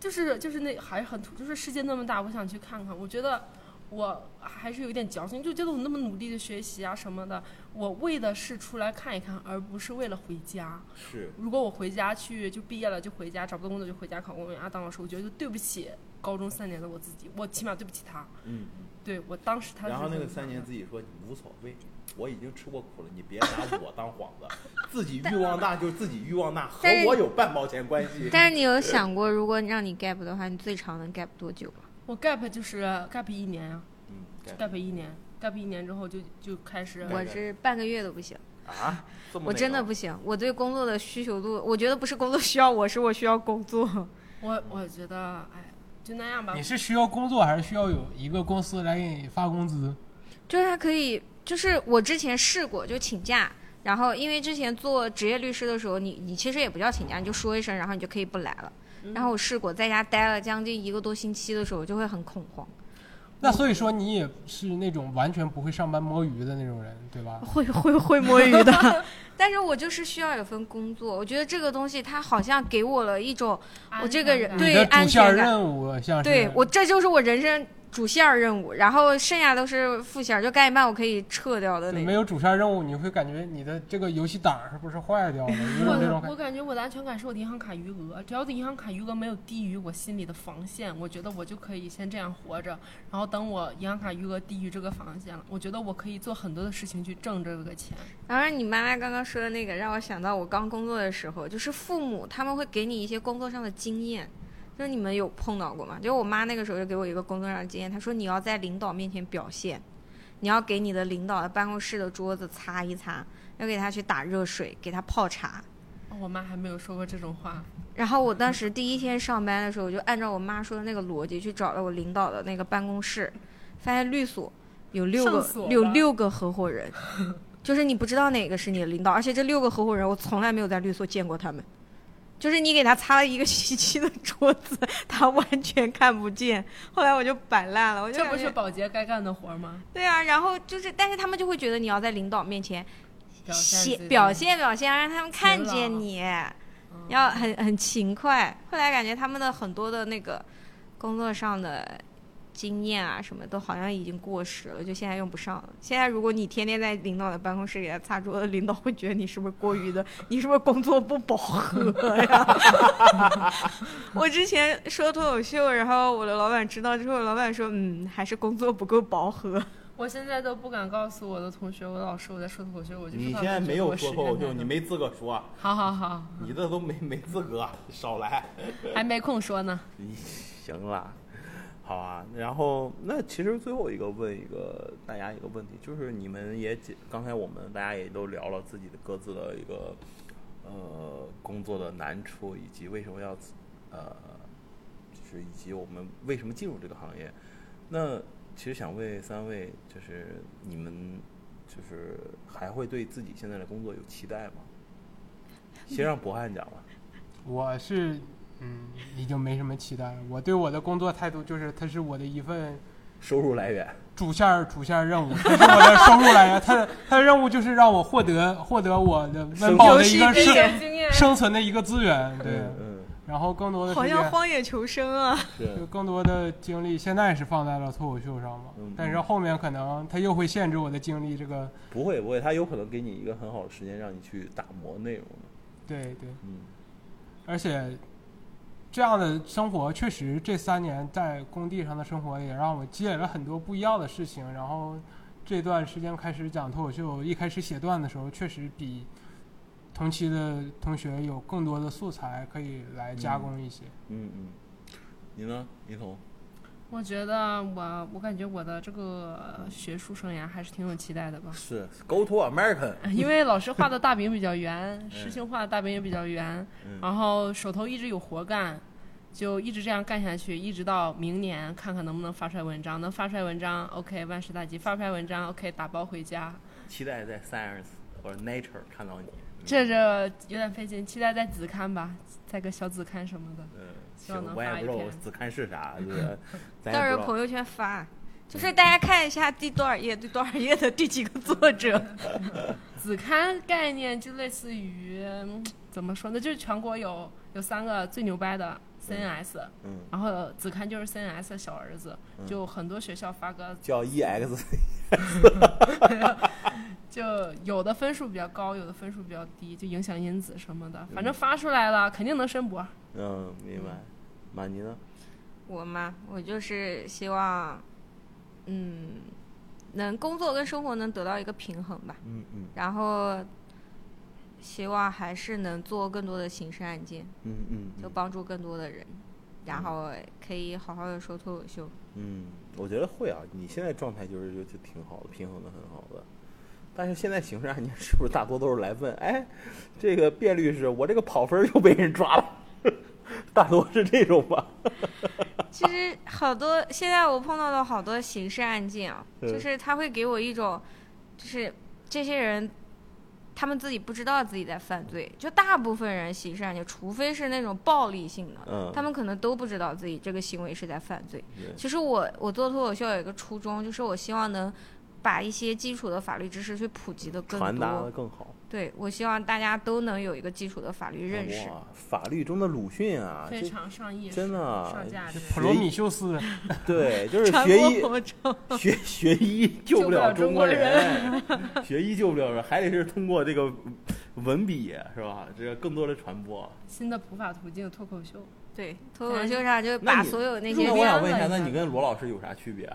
Speaker 4: 就是就是那还是很土，就是世界那么大，我想去看看。我觉得我还是有一点矫情，就觉得我那么努力的学习啊什么的，我为的是出来看一看，而不是为了回家。
Speaker 1: 是，
Speaker 4: 如果我回家去就毕业了就回家，找不到工作就回家考公务员啊当老师，我觉得就对不起高中三年的我自己，我起码对不起他。
Speaker 1: 嗯。
Speaker 4: 对我当时他是
Speaker 1: 然后那个
Speaker 4: 很
Speaker 1: 三年自己说你无所谓，我已经吃过苦了，你别拿我当幌子，自己欲望大就自己欲望大，和
Speaker 2: 但是
Speaker 1: 我有半毛钱关系。
Speaker 2: 但是你有想过，如果让你 gap 的话，你最长能 gap 多久吗？
Speaker 4: 我 gap 就是 gap 一年啊
Speaker 1: 嗯，该
Speaker 4: ，gap 一年，gap 一年之后就就开始
Speaker 2: 我是半个月都不行。
Speaker 1: 啊，这么
Speaker 2: 我
Speaker 1: 那
Speaker 2: 真
Speaker 1: 个
Speaker 2: 的不行，我对工作的需求度，我觉得不是工作需要我，是我需要工作。
Speaker 4: 我我觉得，哎，就那样吧
Speaker 3: 你。是需要工作，还是需要有一个公司来给你发工资？
Speaker 2: 就是他可以，就是我之前试过，就请假，然后因为之前做职业律师的时候，你你其实也不叫请假，你就说一声，然后你就可以不来了。
Speaker 1: 嗯
Speaker 2: 然后我试过在家待了将近一个多星期的时候，我就会很恐慌，
Speaker 3: 那所以说你也是那种完全不会上班摸鱼的那种人，对吧？
Speaker 2: 会会会摸鱼的。但是我就是需要有份工作，我觉得这个东西它好像给我了一种我这个人
Speaker 4: 安全感
Speaker 2: 对
Speaker 3: 你的主
Speaker 2: 安全
Speaker 3: 线
Speaker 2: 感
Speaker 3: 任务像是
Speaker 2: 对我，这就是我人生主线儿任务，然后剩下都是副线儿，就干一半我可以撤掉的
Speaker 3: 就
Speaker 2: 那
Speaker 3: 没
Speaker 2: 种。
Speaker 3: 有主线任务，你会感觉你的这个游戏档儿是不是坏掉了？有种这种
Speaker 4: 我
Speaker 3: 感
Speaker 4: 我感觉我的安全感是我的银行卡余额，只要我的银行卡余额没有低于我心里的防线，我觉得我就可以先这样活着。然后等我银行卡余额低于这个防线了，我觉得我可以做很多的事情去挣这个钱。
Speaker 2: 然后你妈妈刚刚说的那个，让我想到我刚工作的时候，就是父母他们会给你一些工作上的经验，就是你们有碰到过吗？就是我妈那个时候就给我一个工作上的经验，她说你要在领导面前表现，你要给你的领导的办公室的桌子擦一擦，要给他去打热水，给他泡茶。
Speaker 4: 哦我妈还没有说过这种话，
Speaker 2: 然后我当时第一天上班的时候，我就按照我妈说的那个逻辑去找了我领导的那个办公室，发现律所有六
Speaker 4: 上
Speaker 2: 个
Speaker 4: 锁
Speaker 2: 有
Speaker 4: 了
Speaker 2: 六个合伙人，就是你不知道哪个是你的领导，而且这六个合伙人我从来没有在律所见过他们，就是你给他擦了一个星期的桌子，他完全看不见。后来我就摆烂了，我就
Speaker 4: 这
Speaker 2: 感
Speaker 4: 不
Speaker 2: 觉
Speaker 4: 是保洁该干的活吗？
Speaker 2: 对啊，然后就是，但是他们就会觉得你要在领导面前
Speaker 4: 表
Speaker 2: 显
Speaker 4: 现自己嗯
Speaker 2: 表现表现，让他们看
Speaker 4: 勤劳
Speaker 2: 见你。
Speaker 4: 嗯
Speaker 2: 要很很勤快。后来感觉他们的很多的那个工作上的经验啊，什么都好像已经过时了，就现在用不上了。现在如果你天天在领导的办公室给他擦桌子，领导会觉得你是不是过于的， 你是不是工作不饱和呀？我之前说脱口秀，然后我的老板知道之后，老板说，嗯，还是工作不够饱和。
Speaker 4: 我现在都不敢告诉我的同学、我老师我在说脱口秀，我就
Speaker 1: 你
Speaker 4: 怕
Speaker 1: 现在
Speaker 4: 同学
Speaker 1: 没
Speaker 4: 给
Speaker 1: 有
Speaker 4: 我
Speaker 1: 说
Speaker 4: 使
Speaker 1: 脱口
Speaker 4: 骗
Speaker 1: 秀，
Speaker 4: 态
Speaker 1: 你
Speaker 4: 度
Speaker 1: 没资格说，啊
Speaker 4: 好好好，
Speaker 1: 你这都没没资格，啊少来。
Speaker 4: 还没空说呢。
Speaker 1: 你 行啦，好啊。然后那其实最后一个问一个大家一个问题，就是你们也解刚才我们大家也都聊了自己的各自的一个呃工作的难处，以及为什么要呃，就是以及我们为什么进入这个行业。那其实想问三位，就是你们就是还会对自己现在的工作有期待吗？先让博翰讲吧。
Speaker 3: 我是嗯，已经没什么期待了。我对我的工作态度就是，它是我的一份
Speaker 1: 收入来源，
Speaker 3: 主线儿主线儿任务，它是我的收入来源。它的它的任务就是让我获得获得我的 温饱的一个
Speaker 2: 游戏
Speaker 3: 生
Speaker 2: 经
Speaker 4: 经验
Speaker 3: 生存的一个资源，对。
Speaker 1: 嗯嗯，
Speaker 3: 然后更多的 时
Speaker 2: 好
Speaker 3: 间
Speaker 2: 像荒野求生啊！
Speaker 1: 是。
Speaker 3: 就更多的精力现在是放在了脱口秀上嘛
Speaker 1: 嗯，
Speaker 3: 但是后面可能它又会限制我的精力。这个
Speaker 1: 不会不会，他有可能给你一个很好的时间让你去打磨内容的。
Speaker 3: 对对，
Speaker 1: 嗯，
Speaker 3: 而且这样的生活确实这三年在工地上的生活也让我积累了很多不一样的事情。然后这段时间开始讲脱口秀，一开始写段的时候，确实比同期的同学有更多的素材可以来加工一些。
Speaker 1: 嗯嗯，你呢，李彤？
Speaker 4: 我觉得我，我感觉我的这个学术生涯还是挺有期待的吧，
Speaker 1: 是 Go to American。
Speaker 4: 因为老师画的大饼比较圆，事情画的大饼也比较圆，
Speaker 1: 嗯
Speaker 4: 然后手头一直有活干，就一直这样干下去，一直到明年看看能不能发出来文章，能发出来文章，OK，万事大吉；发不出来文章，OK，打包回家。
Speaker 1: 期待在 Science 或者 Nature 看到你。
Speaker 4: 这这有点费劲，期待在子刊吧，在个小子刊什么的。
Speaker 1: 嗯，
Speaker 4: 希望
Speaker 1: 行，
Speaker 4: 能
Speaker 1: 我也
Speaker 4: 发
Speaker 1: 不
Speaker 4: 一
Speaker 1: 知道我
Speaker 4: 篇
Speaker 1: 只看是啥，就是咱
Speaker 2: 到
Speaker 1: 也
Speaker 2: 时
Speaker 1: 不知
Speaker 2: 候
Speaker 1: 道
Speaker 2: 朋友圈发，就是大家看一下第多少页，第多少页的第几个作者。
Speaker 4: 子刊概念就类似于嗯怎么说呢？就是全国有有三个最牛掰的 CNS，、
Speaker 1: 嗯
Speaker 4: 然后子刊就是 CNS 的小儿子，就很多学校发个，
Speaker 1: 叫 E EX。
Speaker 4: 就有的分数比较高，有的分数比较低，就影响因子什么的，反正发出来了肯定能申博。
Speaker 1: 嗯，明白。马尼呢？
Speaker 2: 我嘛，我就是希望，嗯，能工作跟生活能得到一个平衡吧。
Speaker 1: 嗯嗯
Speaker 2: 然后，希望还是能做更多的刑事案件，
Speaker 1: 嗯嗯
Speaker 2: 就帮助更多的人，然后可以好好的说脱口秀。
Speaker 1: 嗯，我觉得会啊。你现在状态就是就就挺好的，平衡的很好的。但是现在刑事案件是不是大多都是来问？哎，这个卞律师，我这个跑分儿又被人抓了， 大多是这种吧？
Speaker 2: 其实好多现在我碰到的好多刑事案件啊，
Speaker 1: 嗯
Speaker 2: 就是他会给我一种，就是这些人。他们自己不知道自己在犯罪，就大部分人刑事案件，除非是那种暴力性的，
Speaker 1: 嗯，
Speaker 2: 他们可能都不知道自己这个行为是在犯罪。
Speaker 1: 对
Speaker 2: 其实我我做脱口秀有一个初衷，就是我希望能把一些基础的法律知识去普及的更
Speaker 1: 传达的
Speaker 2: 多。
Speaker 1: 更好。
Speaker 2: 对，我希望大家都能有一个基础的法律认识。
Speaker 1: 哦哇，法律中的鲁迅啊，
Speaker 4: 非
Speaker 1: 这
Speaker 4: 常上意识，
Speaker 1: 真的啊
Speaker 4: 上价值。
Speaker 3: 普罗米修斯，
Speaker 1: 对，就是
Speaker 2: 传
Speaker 1: 学
Speaker 2: 播
Speaker 1: 医
Speaker 2: 我们
Speaker 1: 学学医救
Speaker 4: 不
Speaker 1: 了
Speaker 4: 了中
Speaker 1: 国
Speaker 4: 国
Speaker 1: 人，哎学医救不了人，还得是通过这个文笔是吧？这个更多的传播。
Speaker 4: 新的普法途径脱口秀，
Speaker 2: 对脱口秀上就
Speaker 1: 那
Speaker 2: 把
Speaker 1: 你
Speaker 2: 所有那
Speaker 1: 如
Speaker 2: 些
Speaker 1: 果我想问一下，
Speaker 4: 编了
Speaker 1: 那
Speaker 4: 一下
Speaker 1: 你跟罗老师有啥区别？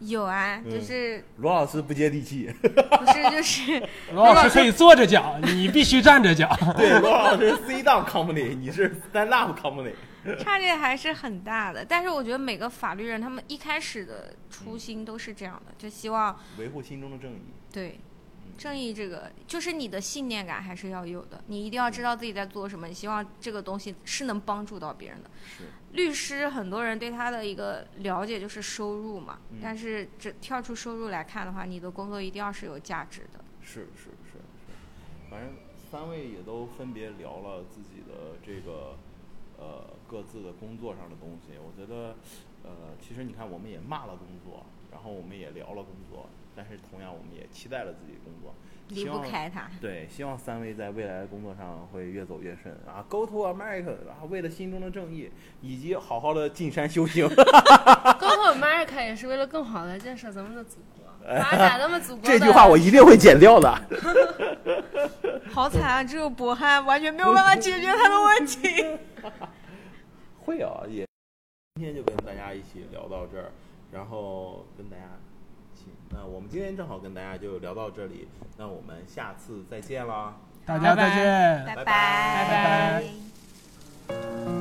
Speaker 2: 有啊，
Speaker 1: 嗯
Speaker 2: 就是
Speaker 1: 罗老师不接地 气，
Speaker 2: 不是就是
Speaker 3: 罗老师可以坐着讲，你必须站着讲。
Speaker 1: 对，罗老师 C 档 company，你是 stand up company。
Speaker 2: 差距还是很大的。但是我觉得每个法律人他们一开始的初心都是这样的，就希望
Speaker 1: 维护心中的正义。嗯
Speaker 2: 对，正义这个就是你的信念感还是要有的，你一定要知道自己在做什么，你希望这个东西是能帮助到别人的。
Speaker 1: 是，
Speaker 2: 律师很多人对他的一个了解就是收入嘛，
Speaker 1: 嗯
Speaker 2: 但是这跳出收入来看的话，你的工作一定要是有价值的。
Speaker 1: 是是是是，反正三位也都分别聊了自己的这个呃各自的工作上的东西。我觉得呃，其实你看，我们也骂了工作，然后我们也聊了工作，但是同样我们也期待了自己的工作，
Speaker 2: 离
Speaker 1: 希
Speaker 2: 不
Speaker 1: 望
Speaker 2: 开它，
Speaker 1: 对，希望三位在未来的工作上会越走越深啊，Go to America 啊，为了心中的正义，以及好好的进山修行，
Speaker 4: 高通 America 也是为了更好的建设咱们的祖国，发展咱们祖国的。
Speaker 1: 这句话我一定会剪掉的。
Speaker 7: 好惨啊！只有博翰完全没有办法解决他的问题。
Speaker 1: 会啊，也今天就跟大家一起聊到这儿，然后跟大家一起，那我们今天正好跟大家就聊到这里，那我们下次再见啦。
Speaker 3: 大家再见。
Speaker 1: 拜拜
Speaker 2: 拜
Speaker 3: 拜
Speaker 2: 拜